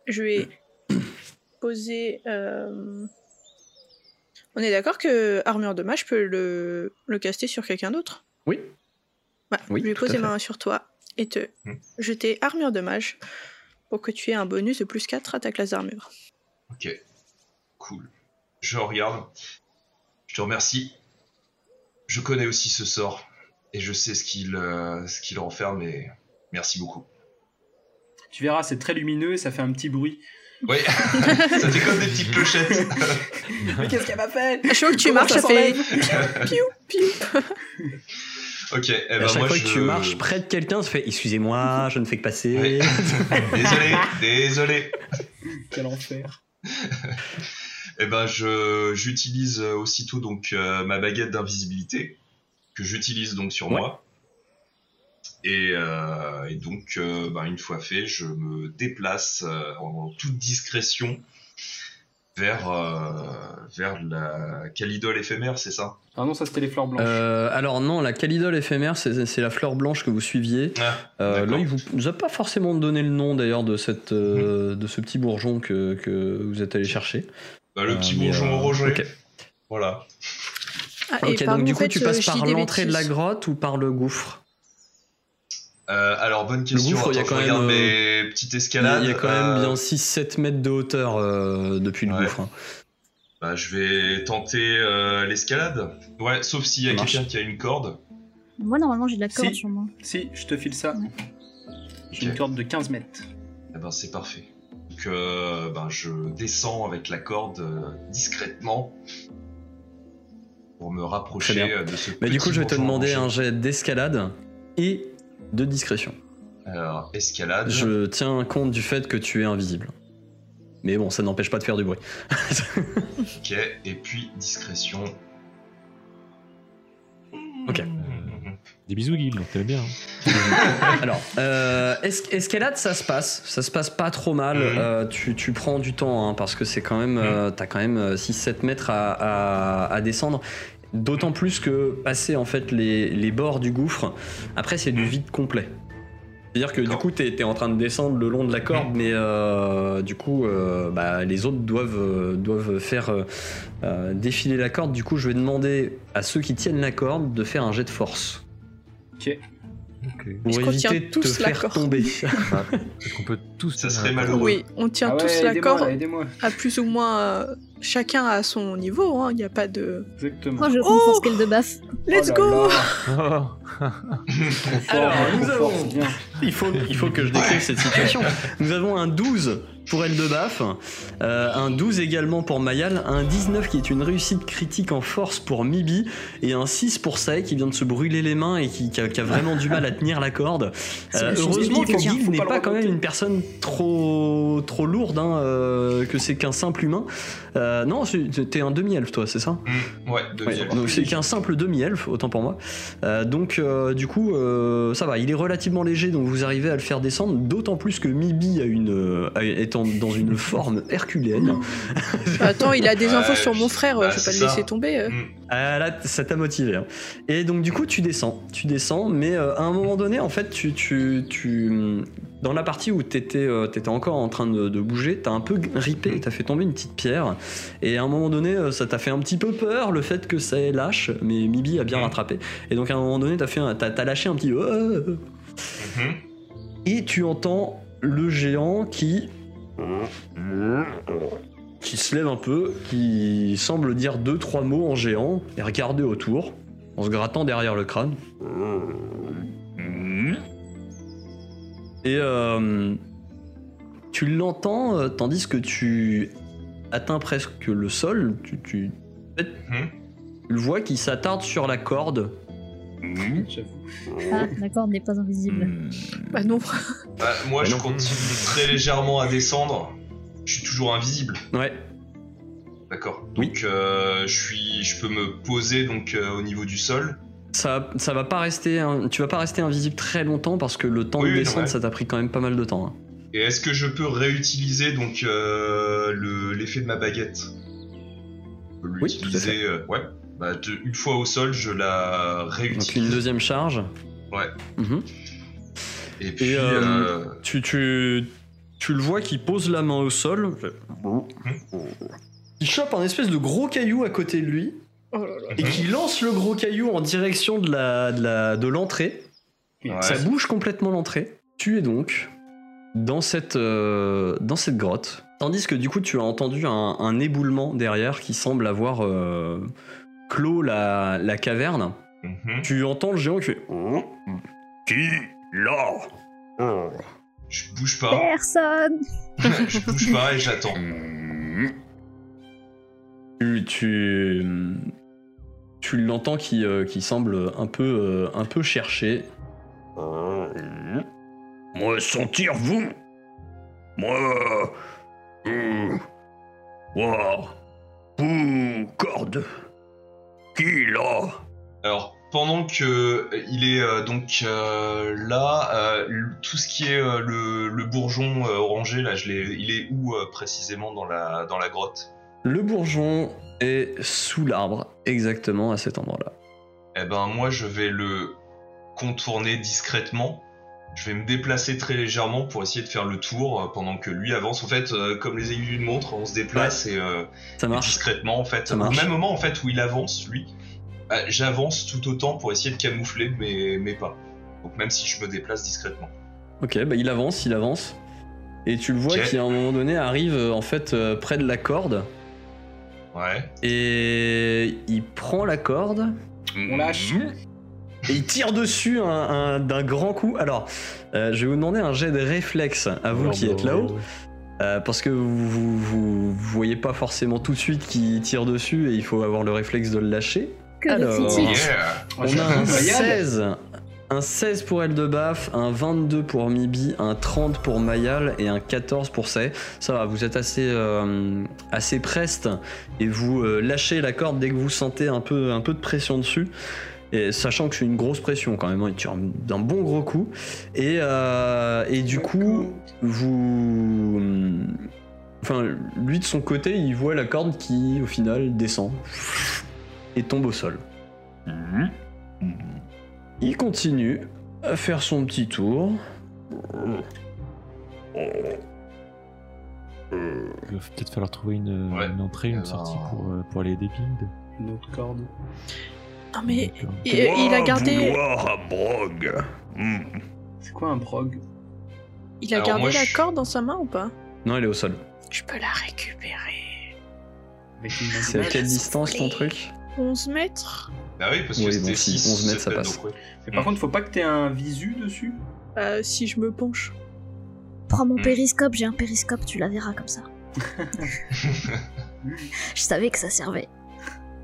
D: je vais
A: Mm.
D: poser... euh, On est d'accord que Armure de Mage peut le, le caster sur quelqu'un d'autre
A: Oui.
D: Bah,
A: Oui,
D: je vais
A: tout à
D: poser
A: fait. Mm.
D: ma main sur toi et te
C: Mhm.
D: jeter Armure de Mage pour que tu aies un bonus de plus 4 à ta classe d'armure.
C: Ok. Cool. Je regarde. Je te remercie. Je connais aussi ce sort. Et je sais ce qu'il euh, ce qu'il renferme. Et merci beaucoup.
B: Tu verras, c'est très lumineux et ça fait un petit bruit.
C: Oui, ça fait comme des petites clochettes.
B: Mais qu'est-ce qu'elle m'a fait
D: À chaque fois que tu
B: Comment
D: marches, ça,
B: ça
D: fait...
C: ok, eh ben
A: à chaque
C: moi
A: fois
C: je...
A: que tu marches près de quelqu'un, ça fait Excusez-moi, je ne fais que passer.
C: Ouais. désolé, désolé.
B: Quel enfer.
C: Eh ben, je j'utilise euh, aussitôt donc euh, ma baguette d'invisibilité que j'utilise donc sur
A: Ouais.
C: moi. Et, euh, et donc, euh, ben, une fois fait, je me déplace euh, en toute discrétion vers euh, vers la calidole éphémère, c'est ça
B: Ah non, ça c'était les fleurs blanches.
A: Euh, alors non, la calidole éphémère, c'est c'est la fleur blanche que vous suiviez.
C: Ah,
A: Euh, là,
C: d'accord.
A: il vous il vous a pas forcément donné le nom d'ailleurs de cette
C: Mhm.
A: euh, de ce petit bourgeon que, que vous êtes allé chercher.
C: Bah, le
A: Euh,
C: petit
A: mais,
C: bourgeon
A: euh,
C: orangé.
A: ok.
C: Voilà.
D: Ah, et
A: Ok,
D: pardon,
A: donc du
D: en
A: coup,
D: fait,
A: tu
D: euh,
A: passes
D: je dis
A: par
D: des
A: l'entrée de la
D: bêtises.
A: grotte ou par le gouffre
C: Euh, alors, bonne question.
A: gouffre, il y a
C: Attends,
A: quand
C: je
A: même, euh,
C: regarde mes petites
A: Il y a-
C: escalades.
A: il y a quand
C: Euh,
A: même bien 6-7 mètres de hauteur euh, depuis le
C: Ouais.
A: gouffre. hein.
C: Bah, je vais tenter euh, l'escalade. Ouais, sauf s'il y a
A: Ça marche.
C: quelqu'un qui a une corde.
E: Moi, normalement, j'ai de la
B: Si.
E: corde sur moi.
B: Si, je te file ça. J'ai
C: Ok.
B: une corde de 15 mètres.
C: Eh ben, c'est parfait. Donc, euh, ben, je descends avec la corde euh, discrètement pour me
A: Très
C: rapprocher
A: bien.
C: euh, de ce
A: Mais du
C: petit
A: coup, je vais te
C: bourgeon
A: demander un
C: orangé.
A: jet d'escalade et de discrétion.
C: Alors, escalade.
A: Je tiens compte du fait que tu es invisible. Mais bon, ça n'empêche pas de faire du bruit.
C: Ok, et puis discrétion.
A: Ok.
F: Des bisous, Guil, t'aimes bien. hein.
A: Alors, euh, es- escalade, ça se passe. Ça se passe pas trop mal.
C: Mhm.
A: Euh, tu, tu prends du temps, hein, parce que c'est quand même. euh, T'as quand même euh, 6-7 mètres à, à- à descendre. D'autant plus que passer en fait les, les bords du gouffre, après c'est du vide complet. C'est-à-dire que du
C: D'accord.
A: coup t'es es en train de descendre le long de la corde, mais euh, du coup euh, bah, les autres doivent, euh, doivent faire euh, euh, défiler la corde. Du coup je vais demander à ceux qui tiennent la corde de faire un jet de force.
B: Ok.
D: Est-ce
A: Pour
D: qu'on tient
A: éviter de te
D: tous la
A: faire
D: corde
A: tomber.
F: Est-ce qu'on peut tous.
C: Ça
F: tenir
C: serait
F: la
C: malheureux.
D: Oui, on tient
B: Ah ouais,
D: tous la
B: aidez-moi,
D: corde
B: là, aidez-moi.
D: à plus ou moins euh, chacun à son niveau. hein, Il n'y a pas de.
B: Exactement.
E: Moi, je
D: Oh
E: renforce qu'elle de baffe.
D: Let's
B: Oh là
D: go
B: là.
F: corde
B: Trop fort,
A: Alors,
B: hein,
A: nous
B: trop fort,
A: avons-
B: c'est bien.
A: Il faut, il faut que je décrive cette situation. Nous avons un 12 pour elle de Baf, euh, un 12 également pour Mayal, un 19 qui est une réussite critique en force pour Mibi, et un 6 pour Sae qui vient de se brûler les mains et qui, qui a, qui a vraiment du mal à tenir la corde.
E: C'est
A: Euh,
E: la chose
A: heureusement que
E: qu'il faut dire,
A: Guy
B: faut
A: n'est
B: pas
A: pas,
B: le
A: quand même
B: redouter.
A: une personne trop, trop lourde, hein, euh, que c'est qu'un simple humain, t'as. Non, c'est- t'es un demi-elfe, toi, c'est ça
C: Hmm, ouais, de
A: Ouais,
C: miel.
A: donc c'est qu'un simple demi-elfe, autant pour moi. Euh, donc euh, du coup, euh, ça va, il est relativement léger, donc vous arrivez à le faire descendre, d'autant plus que Mibi a une, euh, a- est en- dans une forme herculéenne.
D: Attends, il a des
C: Ouais,
D: infos sur mon
C: je-
D: frère,
C: bah,
D: je vais pas le
C: ça.
D: laisser tomber. euh.
C: Hmm.
A: Ah là, ça t'a motivé. hein. Et donc du coup, tu descends, tu descends, mais euh, à un moment donné, en fait, tu, tu, tu- dans la partie où t'étais, euh, t'étais encore en train de, de bouger, t'as un peu ripé, t'as fait tomber une petite pierre, et à un moment donné, euh, ça t'a fait un petit peu peur le fait que ça ait lâche, mais Mibi a bien rattrapé. Et donc à un moment donné, t'as fait, un- t'as, t'as lâché un petit, euh,
C: Mhm.
A: et tu entends le géant qui qui se lève un peu, qui semble dire deux trois mots en géant et regarder autour en se grattant derrière le crâne. Et euh, tu l'entends euh, tandis que tu atteins presque le sol, tu, tu- en fait,
C: Mhm.
A: tu le vois qui s'attarde sur la corde. Mmh.
B: J'avoue.
E: Ah, d'accord, n'est pas
A: Hmm.
E: invisible.
A: Mm.
D: Bah non.
C: Bah, moi,
A: Bah
C: je
A: non.
C: continue très légèrement à descendre. Je suis toujours invisible,
A: Ouais,
C: d'accord.
A: Oui.
C: Donc, euh, je suis, je peux me poser donc euh, au niveau du sol.
A: Ça, ça va pas rester, hein, tu vas pas rester invisible très longtemps parce que le temps
C: Oui,
A: de
C: oui, non,
A: descendre,
C: ouais.
A: ça t'a pris quand même pas mal de temps. hein.
C: Et est-ce que je peux réutiliser donc euh, le- l'effet de ma baguette Je peux
A: Oui, tout à fait.
C: l'utiliser, euh, ouais. Bah, de- une fois au sol, je la
A: Donc une
C: réutilise.
A: deuxième charge.
C: Ouais.
A: Mhm.
C: Et puis,
A: Et, euh,
C: euh,
A: Tu, tu, tu le vois qui pose la main au sol. Il chope un espèce de gros caillou à côté de lui
D: Oh là là.
A: et qui lance le gros caillou en direction de la de la- de l'entrée.
C: ouais.
A: Ça bouge complètement l'entrée. Tu es donc dans cette, euh, dans cette grotte. Tandis que du coup, tu as entendu un, un éboulement derrière qui semble avoir euh, clos la, la caverne.
C: Mhm.
A: Tu entends le géant qui fait Qui là
C: je bouge pas,
E: Ah. Personne
C: je bouge pas et j'attends.
H: Hmm.
A: Tu, tu, tu l'entends qui, euh, qui semble un peu, euh, un peu chercher.
H: Moi sentir vous Moi. euh, Moi. Vous, corde. Qui là
C: Alors, pendant que euh, il est euh, donc euh, là, euh, le- tout ce qui est euh, le, le bourgeon euh, orangé, là, je l'ai, il est où euh, précisément dans la, dans la grotte
A: Le bourgeon est sous l'arbre, exactement à cet endroit-là.
C: Eh ben, moi, je vais le contourner discrètement. Je vais me déplacer très légèrement pour essayer de faire le tour euh, pendant que lui avance. En fait, euh, comme les aiguilles d'une montre, on se déplace et, euh,
A: Ça
C: et
A: marche
C: discrètement, en fait.
A: Ça
C: Au
A: marche.
C: même moment, en fait, où il avance, lui, bah, j'avance tout autant pour essayer de camoufler mes, mes pas. Donc, même si je me déplace discrètement.
A: Ok, bah il avance, il avance. Et tu le vois
C: Ok.
A: qui, à un moment donné, arrive euh, en fait euh, près de la corde.
C: Ouais.
A: Et il prend la corde
B: On lâche.
A: Mmh. et il tire dessus un- un- d'un grand coup. Alors, euh, je vais vous demander un jet de réflexe à vous qui êtes là-haut. euh, parce que vous, vous, vous- vous voyez pas forcément tout de suite qu'il tire dessus et il faut avoir le réflexe de le lâcher.
E: Que
A: Alors.
E: de critiques
C: Yeah.
A: On a un
B: Royal.
A: 16, un 16 pour elle de baf, un 22 pour Mibi, un 30 pour Mayal et un 14 pour Say. Ça va, vous êtes assez, euh, assez preste et vous euh, lâchez la corde dès que vous sentez un peu, un peu de pression dessus. Et sachant que c'est une grosse pression quand même, hein, il tire d'un bon gros coup. Et, euh, et du coup, vous. Enfin, lui de son côté, il voit la corde qui, au final, descend et tombe au sol.
H: Hmm.
A: Il continue à faire son petit tour.
D: euh,
F: Il va peut-être falloir trouver une,
C: Ouais.
F: une entrée, une
C: Alors-
F: sortie pour, euh, pour aller aider Big.
B: Une autre corde.
D: Non mais il, il a gardé,
H: Vouloir à brogue. Hmm.
B: C'est quoi un prog
D: il a
C: Alors,
D: gardé
C: moi,
D: la
C: je-
D: corde dans sa main ou pas
A: Non, elle est au sol.
D: Je peux la récupérer.
B: Avec une
A: C'est à
B: main
A: quelle distance ton truc
D: 11 mètres
C: Bah oui, parce que
A: Oui,
C: c'était
A: bon, si
C: 6,
A: 11 mètres, ça
C: sept
A: passe.
C: donc ouais.
B: Et
A: Hmm.
B: Par contre, faut pas que t'aies un visu dessus.
D: Euh, Si je me penche.
E: Prends mon
C: Hmm.
E: périscope, j'ai un périscope, tu la verras comme ça. Je savais que ça servait.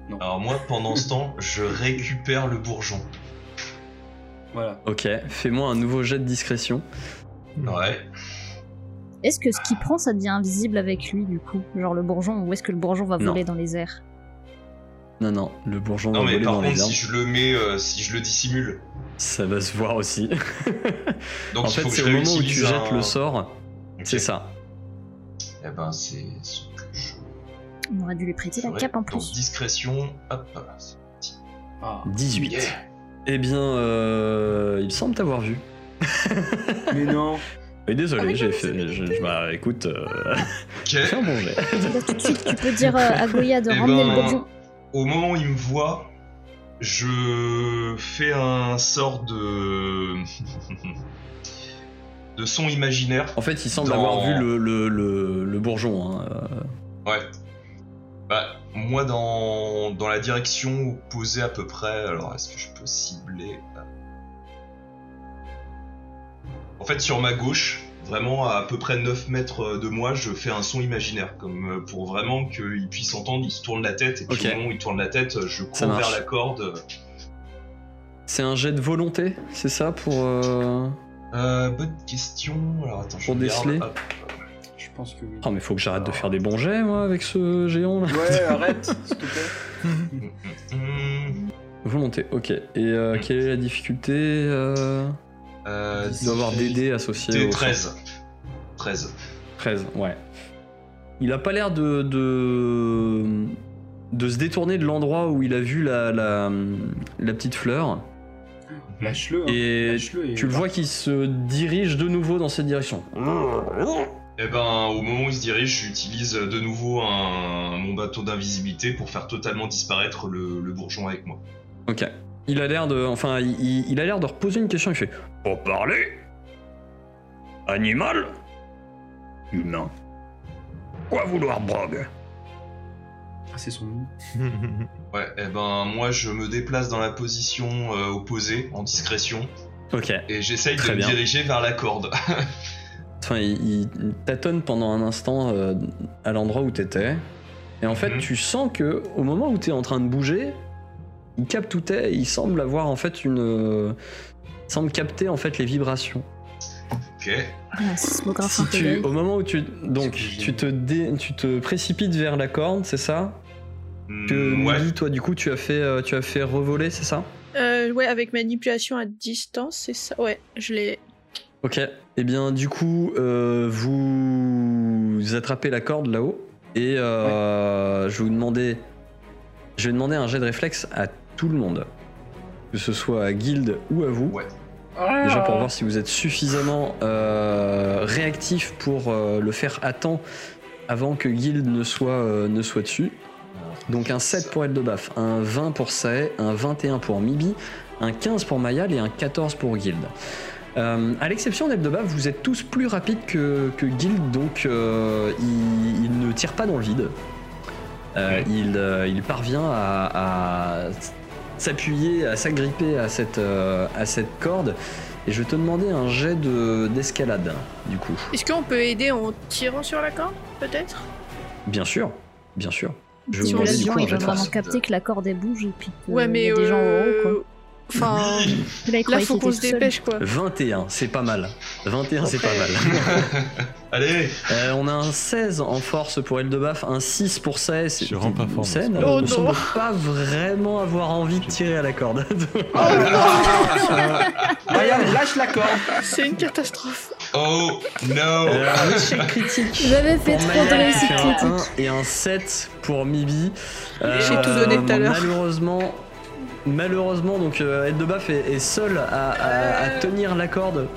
C: Alors moi, pendant ce temps, je récupère le bourgeon.
B: Voilà.
A: Ok, fais-moi un nouveau jet de discrétion.
C: Ouais.
E: Est-ce que ce qu'il prend, ça devient invisible avec lui, du coup Genre le bourgeon, ou est-ce que le bourgeon va
A: Non.
E: voler dans les airs
A: Non, non, le bourgeon
C: Non,
A: va
C: mais
A: voler
C: par
A: dans les
C: contre,
A: arbres.
C: si je le mets, euh, si je le dissimule,
A: Ça va se voir aussi.
C: donc
A: en
C: il
A: fait,
C: faut que
A: c'est
C: je
A: au moment où tu
C: réutilise
A: jettes
C: un-
A: le sort,
C: Ok.
A: c'est ça.
C: Eh ben, c'est ce que je
E: On aurait dû lui prêter la
C: ferai.
E: cape en
C: Donc,
E: plus.
C: discrétion, hop, voilà, c'est parti.
B: Ah.
A: 18.
C: Yeah.
A: Eh bien, euh, il me semble t'avoir vu.
B: Mais non.
A: Mais désolé,
D: Ah,
A: j'ai
D: mais
A: fait. Je, je- bah écoute, euh,
C: Ok.
A: fais un bon jet.
E: Là, tout de suite, tu peux dire euh, à Goya de
C: Eh
E: ramener
C: ben,
E: le bourgeon.
C: Au moment où il me voit, je fais un sort de. de son imaginaire.
A: En fait, il semble
C: Dans-
A: avoir vu le, le, le, le bourgeon. hein, euh,
C: Ouais. Bah, moi, dans, dans la direction opposée à peu près, alors est-ce que je peux cibler euh, En fait, sur ma gauche, vraiment à peu près 9 mètres de moi, je fais un son imaginaire, comme euh, pour vraiment qu'il puisse entendre, il se tourne la tête, et puis
A: Ok.
C: au moment où il tourne la tête, je
A: Ça
C: cours vers
A: marche.
C: la corde.
A: C'est un jet de volonté, c'est ça pour. euh,
C: Euh, bonne question, alors attends, je
A: Pour
C: regarde.
A: déceler.
C: Hop.
B: Je pense que oui.
A: Oh, mais faut que j'arrête de faire des bons jets, moi, avec ce géant là.
B: Ouais, arrête, s'il te plaît.
C: Hum,
A: Volonté, ok. Et euh,
C: Mm.
A: quelle est la difficulté euh...
C: euh,
A: Il doit avoir des dés associés.
C: T'es
A: au-
C: 13. 13.
A: 13, ouais. Il a pas l'air de, de. de se détourner de l'endroit où il a vu la, la, la petite fleur.
B: Lâche-le. hein.
C: Ah,
A: Et
B: Lâche-le et-
A: Tu le vois qui se dirige de nouveau dans cette direction.
C: Eh ben, au moment où il se dirige, j'utilise de nouveau un, mon bateau d'invisibilité pour faire totalement disparaître le, le bourgeon avec moi.
A: Ok. Il a l'air de. Enfin, il- il, il a l'air de reposer une question. Il fait
H: Pour parler Animal Humain. Quoi vouloir Brog
B: Ah, c'est son nom.
C: Ouais, eh ben, moi je me déplace dans la position euh, opposée, en discrétion,
A: Ok.
C: et j'essaye de
A: Très
C: me
A: bien.
C: diriger vers la corde.
A: Enfin, il, il tâtonne pendant un instant euh, à l'endroit où t'étais. Et en fait,
C: Mhm.
A: tu sens que au moment où t'es en train de bouger, il capte où t'es. et Il semble avoir en fait une. euh, il semble capter en fait les vibrations.
C: ok.
E: Ah, sismographe
A: Si tu-
E: intégré.
A: au moment où tu donc
B: Excusez-moi.
A: tu te dé- tu te précipites vers la corde, c'est ça
C: Hmm,
A: Que
C: ouais.
A: Millie, toi du coup tu as fait euh, tu as fait revoler, c'est ça
D: Euh, ouais, avec manipulation à distance, c'est ça. Ouais, je l'ai.
A: Ok. Eh bien, du coup, euh, vous attrapez la corde là-haut et euh, je vais vous demander, je vais demander un jet de réflexe à tout le monde, que ce soit à Guild ou à vous,
C: Ouais.
A: déjà pour voir si vous êtes suffisamment euh, réactif pour euh, le faire à temps avant que Guild ne soit euh, ne soit dessus. Donc un 7 pour être de baf, un 20 pour Sae, un 21 pour Mibi, un 15 pour Mayal et un 14 pour Guild. Euh, à l'exception d'Ebdebaf, vous êtes tous plus rapides que, que Guild, donc euh, il, il ne tire pas dans le vide. Euh, il, euh, il parvient à, à s'appuyer, à s'agripper à cette, euh, à cette corde. Et je vais te demander un jet de- d'escalade, du coup.
D: Est-ce qu'on peut aider en tirant sur la corde, peut-être
A: Bien sûr, bien sûr. Je vais
E: Si
A: vous
E: on
A: demander
E: laisse
A: du
E: bien,
A: coup un
E: il
A: jet
E: va
A: de
E: vraiment
A: force.
E: capter que la corde elle bouge et puis que
D: Ouais, mais
E: il y a des gens
D: euh,
E: en haut,
D: Enfin,
E: quoi. Là, il
D: là,
E: croyait
D: faut
E: qu'il
D: qu'on
E: était tout
D: se
E: seul.
D: dépêche, quoi.
A: 21, c'est pas mal. 21, c'est pas
D: Après-
A: mal.
C: Allez
A: Euh, on a un 16 en force pour Eldebaf, un 6 pour Sae. C'est
F: Je rends pas fort,
A: Sae
F: moi.
A: ne
D: Oh
A: ne
D: non.
A: semble pas vraiment avoir envie de tirer à la corde.
E: Oh,
B: Maya, lâche la corde.
D: C'est une catastrophe.
C: Oh no
A: Euh, un échec critique.
E: J'avais fait
A: Pour
E: trop
A: Maya,
E: de réussite
A: c'est un
E: critique.
A: 1 et un 7 pour Mibi. Euh,
D: J'ai tout donné tout à l'heure.
A: Malheureusement, malheureusement donc euh, Eldebaf est, est seul à, à- à tenir la corde.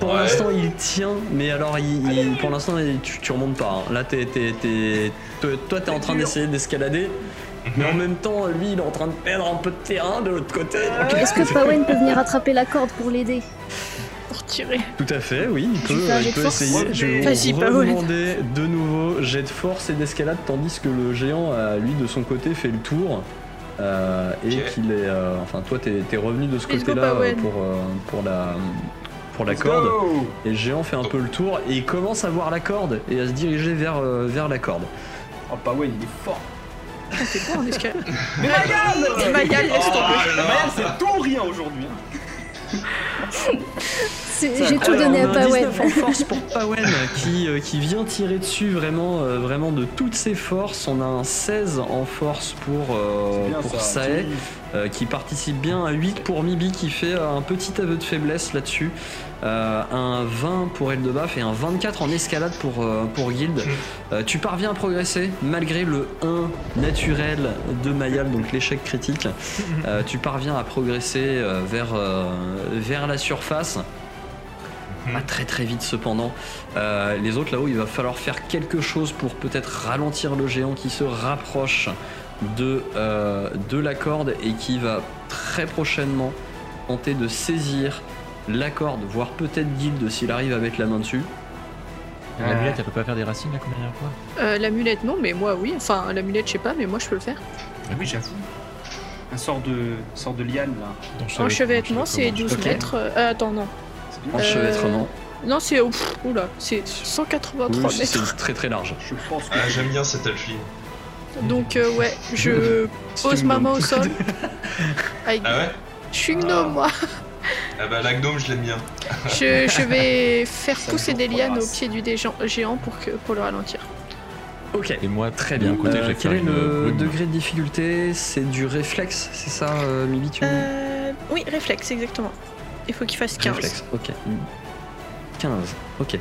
A: Pour
C: Ouais.
A: l'instant, il tient, mais alors, il- il- pour l'instant, il- tu, tu remontes pas. hein. Là, t'es, t'es- t'es- toi- toi, t'es en train d'essayer d'escalader, mais en même temps, lui, il est en train de perdre un peu de terrain de l'autre côté.
D: Ah.
A: donc-
E: Est-ce que Pawen peut venir attraper la corde pour l'aider
D: Pour tirer.
A: Tout à fait, oui, il peut,
E: fais un
A: il
E: jet de
A: peut
E: force
A: essayer. Je vais
D: Vas-y,
A: vous
D: Paolo.
A: redemander de nouveau jet de force et d'escalade, tandis que le géant, a, lui, de son côté, fait le tour. euh, et
C: Ok.
A: qu'il est. euh, enfin, toi, t'es t'es revenu de ce
D: Let's go,
A: côté-là euh,
D: Paolo.
A: pour, euh, pour la, pour la
B: Let's
A: corde.
B: go.
A: Et le géant fait un peu le tour et il commence à voir la corde et à se diriger vers, euh, vers la corde.
B: Oh, bah ouais, il est fort.
D: Ah, t'es bon en escalade.
B: Mais Maya,
D: Maya, laisse
B: Oh là
D: tomber.
B: là. Maya, c'est tout ou rien aujourd'hui. hein.
E: C'est-
B: Ça,
E: J'ai tout
B: alors,
E: donné à
A: on a un
E: Pawen.
A: 19 en force pour Pawen qui, euh, qui vient tirer dessus vraiment, euh, vraiment de toutes ses forces. On a un 16 en force pour, euh,
B: C'est bien,
A: pour
B: ça.
A: Sae, euh, qui participe bien à 8 pour Mibi qui fait euh, un petit aveu de faiblesse là-dessus. Euh, un 20 pour Eldebaf et un 24 en escalade pour, euh, pour Guild. Euh, tu parviens à progresser malgré le 1 naturel de Mayal, donc l'échec critique. Euh, tu parviens à progresser euh, vers, euh, vers la surface. Pas très très vite cependant. Euh, les autres là-haut, il va falloir faire quelque chose pour peut-être ralentir le géant qui se rapproche de, euh, de la corde et qui va très prochainement tenter de saisir la corde, voire peut-être Guild s'il arrive à mettre la main dessus.
F: La mulette, elle peut pas faire des racines là comme la dernière fois
D: Euh, L'amulette, non, mais moi, oui. Enfin, l'amulette, je sais pas, mais moi, je peux le faire.
B: Ah Oui, j'avoue. Un sort de, sort de liane, là.
D: Enchevêtrement, c'est 12
B: Ok.
D: mètres. Euh, euh, attends, non.
B: C'est bien.
A: Enchevêtrement.
D: Non, c'est. oh, pff, Oula, c'est 183
A: Oui,
D: mètres.
A: c'est très très large.
B: Je pense que...
C: Ah, j'aime bien cette elfie.
D: Donc, euh, ouais, je pose ma main au sol. Aïe.
C: Ah ouais
D: Je suis gnome, moi.
C: Ah bah la gnome, je l'aime bien.
D: Je, je vais faire
B: Ah. Ça
D: pousser
B: me
D: des
B: chauffe
D: lianes
B: la
D: au
B: race.
D: pied du dé- géant pour, que, pour le ralentir.
A: Ok.
F: Et moi, très
A: Très
F: bien.
A: bien.
F: Côté,
A: Euh,
F: j'ai
A: quel
F: fait
A: est le
F: une-
A: degré de difficulté C'est du réflexe, c'est ça, euh, Mibi tu me dis
D: Euh, oui, réflexe, exactement. Il faut qu'il fasse 15.
A: Réflexe, ok. 15, ok.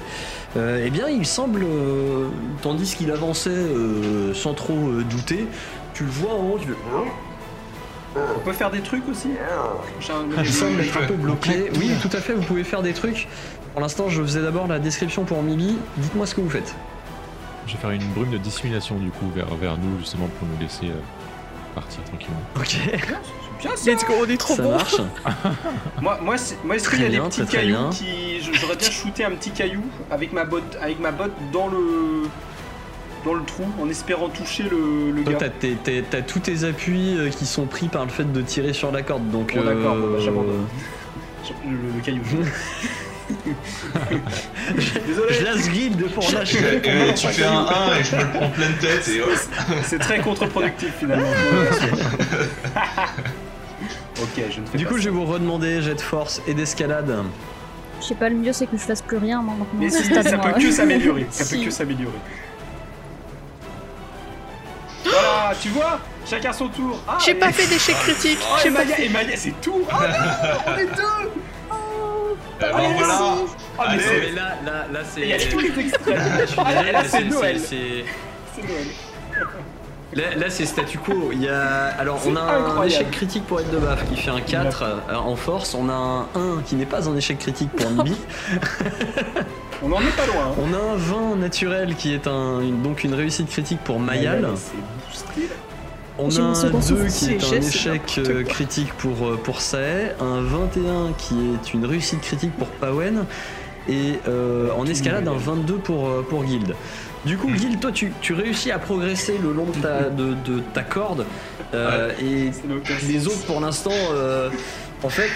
A: Euh, eh bien, il semble, euh, tandis qu'il avançait euh, sans trop euh, douter, tu le vois en haut, tu fais-
B: On peut faire des trucs aussi J'ai un-
A: il semble être un peu bloqué.
F: claque.
A: Oui, tout à fait, vous pouvez faire des trucs. Pour l'instant, je faisais d'abord la description pour Mibi. Dites-moi ce que vous faites.
F: Je vais faire une brume de dissimulation du coup vers, vers nous justement pour nous laisser euh, partir tranquillement.
A: Ok,
B: C'est bien ça
D: Let's go, on est trop
A: ça
D: bon.
A: marche.
B: Moi, moi, c'est- moi est-ce qu'il y a
A: Très
B: des
A: bien,
B: petits
A: très, très
B: cailloux
A: bien.
B: qui... je- J'aurais bien shooté un petit caillou avec ma botte, avec ma botte dans le... Dans le trou, en espérant toucher le, le
A: Toi,
B: gars.
A: t'as, tes- t'es- t'as tous tes appuis euh, qui sont pris par le fait de tirer sur la corde, donc.
B: Bon, d'accord, bon, bah,
A: euh,
B: j'abandonne. Le, le- le caillou. Désolé.
A: Je laisse guide pour
C: Et,
A: lâcher.
C: et Eh, tu fais un 1 et je me le prends pleine tête et hop.
B: C'est très contre-productif finalement. ok, je ne fais
A: Du
B: pas
A: coup,
B: ça.
A: je vais vous redemander jet de force et d'escalade.
E: Je sais pas, le mieux c'est que je fasse plus rien moi maintenant. hein.
B: Mais
E: à ce
B: si,
E: stade,
B: ça
E: moi.
B: peut que s'améliorer. Ça peut
E: Si.
B: que s'améliorer. Voilà, tu vois, chacun son tour. Ah,
D: J'ai
B: et-
D: pas fait d'échec critique.
B: Oh, et
D: J'ai pas
B: Maya,
D: fait.
B: et Maya, c'est tout. Ah non, on est deux.
C: Ah bah voilà
B: Ah, mais
C: Allez.
B: c'est-
A: mais là, là, là, c'est.
B: il y a tous les extraits.
A: Je suis
B: Ah, là,
A: désolé,
B: là,
A: là,
B: c'est
A: c'est-
B: Noël.
A: c'est- c'est-
B: C'est Noël.
A: Là, là, c'est statu quo. Il y a... Alors, on
B: C'est
A: a un
B: incroyable.
A: échec critique pour être de baf qui fait un 4 euh, en force. On a un 1 qui n'est pas un échec critique pour Mibi.
B: On n'en est pas loin. hein.
A: On a un 20 naturel qui est un, une- donc une réussite critique pour Mayal.
B: c'est boosté. là.
A: On
E: J'ai
A: a
E: mon
A: un
E: second
A: 2
E: souffle.
A: qui est
D: C'est
A: un
D: jet, c'est
A: échec
D: n'importe
A: euh,
D: quoi.
A: critique pour, euh, pour Sae, un 21 qui est une réussite critique pour Pawen, et euh, en escalade un 22 pour, euh, pour Guild. Du coup, Guild, toi tu, tu réussis à progresser le long de ta, de, de ta corde, euh, et
B: Ça n'a aucun
A: les
B: sens.
A: autres pour l'instant, euh, en fait,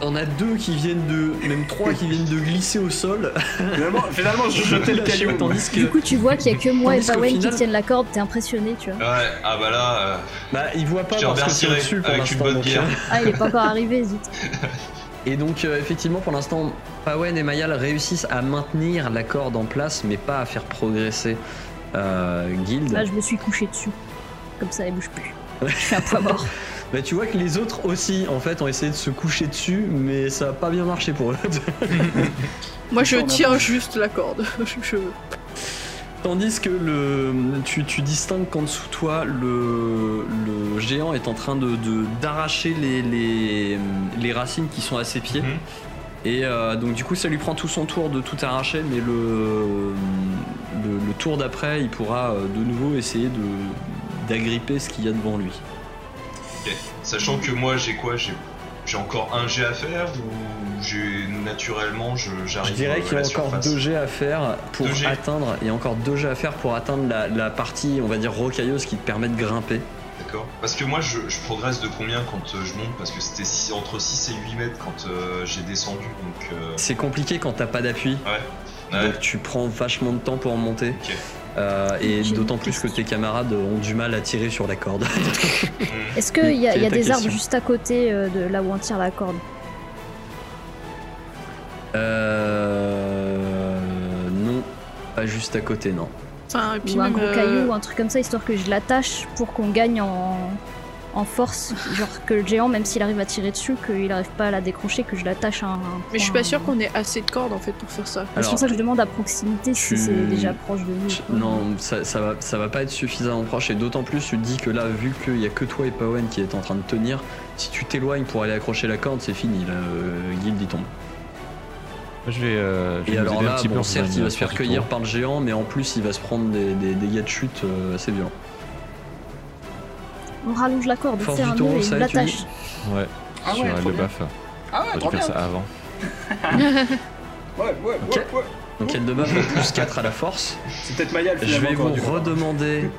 A: on a deux qui viennent de, même trois qui viennent de glisser au sol,
B: Finalement, finalement, je jetais le caillou.
A: tandis que
E: Du coup, tu vois qu'il y a que moi et
A: Tandis qu'au
E: Pawen
A: final-
E: qui tiennent la corde, t'es impressionné, tu vois.
C: Ouais, ah bah là, euh,
A: bah, ils voient pas
C: je te
A: parce que c'est
C: remercierai
A: au-dessus pour
C: avec une
A: l'instant.
C: bonne
A: donc, euh,
C: bière.
E: Ah, il est pas encore arrivé, zut.
A: Et donc euh, effectivement pour l'instant Pawen et Mayal réussissent à maintenir la corde en place mais pas à faire progresser euh, Guild.
E: Là, je me suis couché dessus. Comme ça, elle bouge plus. Je suis un poids mort.
A: Bah, tu vois que les autres aussi en fait ont essayé de se coucher dessus mais ça a pas bien marché pour eux.
D: Moi, je
B: On a
D: tiens
B: pas-
D: juste la corde. Je- je-
A: Tandis que le, tu, tu distingues qu'en dessous de toi le, le géant est en train de de- d'arracher les, les, les racines qui sont à ses pieds.
C: Mhm.
A: Et euh, donc du coup ça lui prend tout son tour de tout arracher mais le, le, le tour d'après il pourra euh, de nouveau essayer de d'agripper ce qu'il y a devant lui.
C: sachant que moi j'ai quoi J'ai j'ai encore un jet à faire ou j'ai naturellement je
A: Je
C: j'arrive
A: dirais
C: euh, à
A: qu'il y a
C: la
A: encore
C: surface
A: deux jets à faire pour
C: Deux jets.
A: atteindre et encore deux jets à faire pour atteindre la, la partie on va dire rocailleuse qui te permet de grimper.
C: D'accord. Parce que moi je, je progresse de combien quand euh, je monte Parce que c'était six- entre 6 et 8 mètres quand euh, j'ai descendu donc. euh,
A: C'est compliqué quand t'as pas d'appui.
C: ouais.
A: Donc tu prends vachement de temps pour monter.
C: Ok.
A: Euh, et
E: J'ai
A: d'autant
E: une
A: plus que tes
E: question.
A: camarades ont du mal à tirer sur la corde.
C: Hmm.
E: Est-ce qu'il y a,
A: Quelle
E: y
A: est
E: a
A: ta
E: des arbres
A: question
E: juste à côté euh, de là où on tire la corde
A: Euh, Non, pas juste à côté, non.
D: Enfin, et puis
E: Ou un
D: même,
E: gros
D: euh,
E: caillou ou un truc comme ça, histoire que je l'attache pour qu'on gagne en... en force. Genre que le géant, même s'il arrive à tirer dessus, qu'il arrive pas à la décrocher, que je l'attache à un.
D: Mais je suis pas sûre qu'on ait assez de cordes en fait pour faire ça.
E: C'est
A: Alors,
E: pour ça que je demande à proximité
A: tu-
E: si c'est déjà proche de nous. ou pas.
A: Non, ça, ça va, ça va pas être suffisamment proche. Et d'autant plus, tu te dis que là, vu qu'il y a que toi et Pawen qui est en train de tenir, si tu t'éloignes pour aller accrocher la corde, c'est fini. Là, euh, Guild y tombe.
F: Je vais. euh, je
A: Et
F: vais nous
A: alors
F: aider
A: là,
F: un petit peu
A: bon,
F: en faisant
A: certes,
F: une-
A: il va se faire
F: du
A: cueillir
F: tour.
A: par le géant, mais en plus, il va se prendre des, des dégâts de chute euh, assez violents.
E: On rallonge la corde, on
A: Force
E: fait
A: du
E: un
A: taureau,
E: nœud et
A: ça,
E: on
A: tu
E: l'attache.
F: Ouais,
B: Ah
F: sur
B: ouais,
F: euh,
B: trop
F: le
B: bien.
F: baf. Je
B: Ah ouais,
F: vais
B: trop bien.
F: faire ça avant.
B: Ouais, ouais,
A: Ok.
B: ouais, ouais.
A: Donc
E: Oh.
A: elle demeure en plus 4 à la force.
B: C'est peut-être Maya le
A: Je
B: finalement.
A: vais vous
B: encore, du coup.
A: redemander.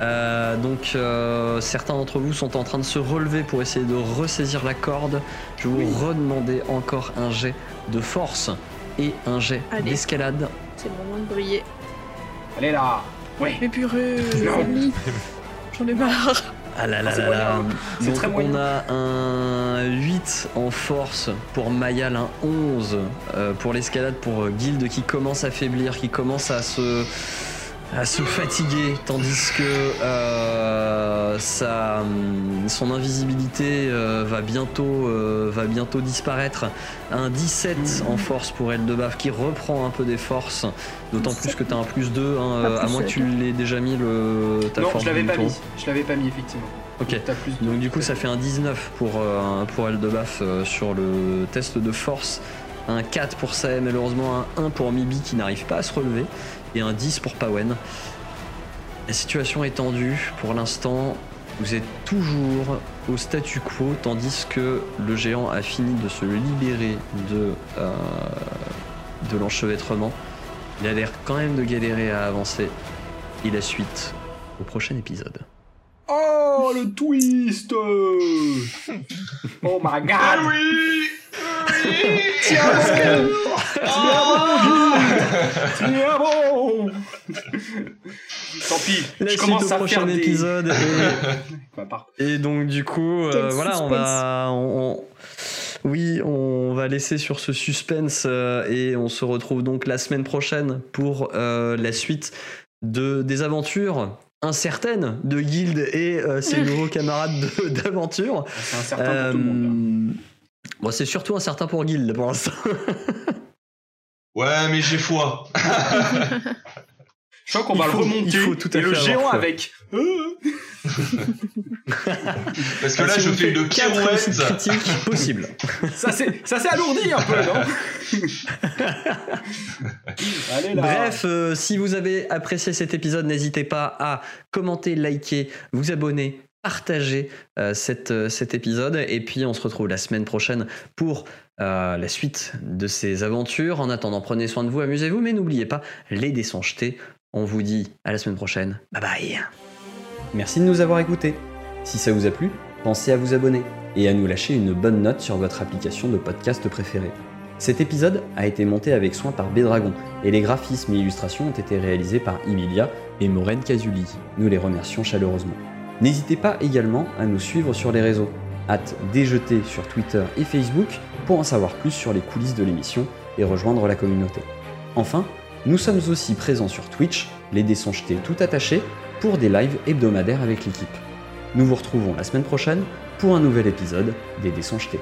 A: euh, donc euh, certains d'entre vous sont en train de se relever pour essayer de ressaisir la corde. Je vais vous redemander encore un jet de force et un jet
D: Allez.
A: d'escalade.
D: C'est le moment de briller.
B: Allez là. Ouais.
D: Mais purée,
B: Non.
D: les amis, j'en ai marre.
A: Ah là là
B: Ah, c'est
A: là là.
B: moyen. C'est
A: Donc
B: très
A: on
B: moyen.
A: a un 8 en force pour Mayal, un 11 euh, pour l'escalade pour euh, Guild qui commence à faiblir, qui commence à se à se fatiguer, tandis que euh, sa, hum, son invisibilité euh, va, bientôt, euh, va bientôt disparaître. Un 17
B: Hmm.
A: en force pour Eldebaf qui reprend un peu des forces, d'autant plus que tu as un plus 2, hein,
E: Pas
A: euh, à
E: plus,
A: moins que
E: euh,
A: tu l'aies déjà mis le, ta
B: Non,
A: force
B: je l'avais
A: du
B: pas
A: taureau.
B: mis. Je l'avais pas mis effectivement.
A: Ok.
B: T'as plus de-
A: Donc du coup ça fait un 19 pour, euh, pour Aldebaf euh, sur le test de force, un 4 pour Saem malheureusement, un 1 pour Mibi qui n'arrive pas à se relever et un 10 pour Pawen. La situation est tendue pour l'instant, vous êtes toujours au statu quo tandis que le géant a fini de se libérer de, euh, de l'enchevêtrement. Il a l'air quand même de galérer à avancer et la suite au prochain épisode.
B: Oh le twist. oh my
C: Ah
B: god.
C: oui Oui
B: Tiens bon. Tiens bon. Tant pis.
A: La
B: je
A: suite
B: commence
A: au
B: à
A: prochain
B: faire des.
A: épisode.
B: Bah, par-
A: Et, et donc du coup, euh,
E: Quel
A: voilà, on va, on- on- oui, on va laisser sur ce suspense euh, et on se retrouve donc la semaine prochaine pour euh, la suite de des aventures incertaines de Guild et euh, ses nouveaux camarades de- d'aventure.
B: C'est incertain pour tout le monde. hein.
A: Euh, bon, c'est surtout incertain pour Guild pour l'instant.
C: Ouais, mais j'ai foi.
B: là. Je crois qu'on
A: il
B: va
A: faut-
B: le remonter.
A: il faut tout à
B: et le
A: fait avoir
B: géant
A: foi.
B: avec. Euh,
C: Parce que
B: Ah,
C: là,
A: Si
C: je
A: vous
C: fais
A: faites
C: une
A: quatre réussites
C: pirouette.
A: critiques possibles.
B: ça s'est ça s'est alourdi un peu, non Allez là.
A: Bref, euh, si vous avez apprécié cet épisode, n'hésitez pas à commenter, liker, vous abonner, partager euh, cette, euh, cet épisode. Et puis, on se retrouve la semaine prochaine pour euh, la suite de ces aventures. En attendant, prenez soin de vous, amusez-vous, mais n'oubliez pas, les dés sont jetés. On vous dit à la semaine prochaine. Bye bye. Merci de nous avoir écoutés. Si ça vous a plu, pensez à vous abonner et à nous lâcher une bonne note sur votre application de podcast préférée. Cet épisode a été monté avec soin par Bédragon et les graphismes et illustrations ont été réalisés par Emilia et Maureen Casuli. Nous les remercions chaleureusement. N'hésitez pas également à nous suivre sur les réseaux, hâte déjeter sur Twitter et Facebook pour en savoir plus sur les coulisses de l'émission et rejoindre la communauté. Enfin, nous sommes aussi présents sur Twitch, les dés sont jetés tout attachés, pour des lives hebdomadaires avec l'équipe. Nous vous retrouvons la semaine prochaine pour un nouvel épisode des dés sont jetés.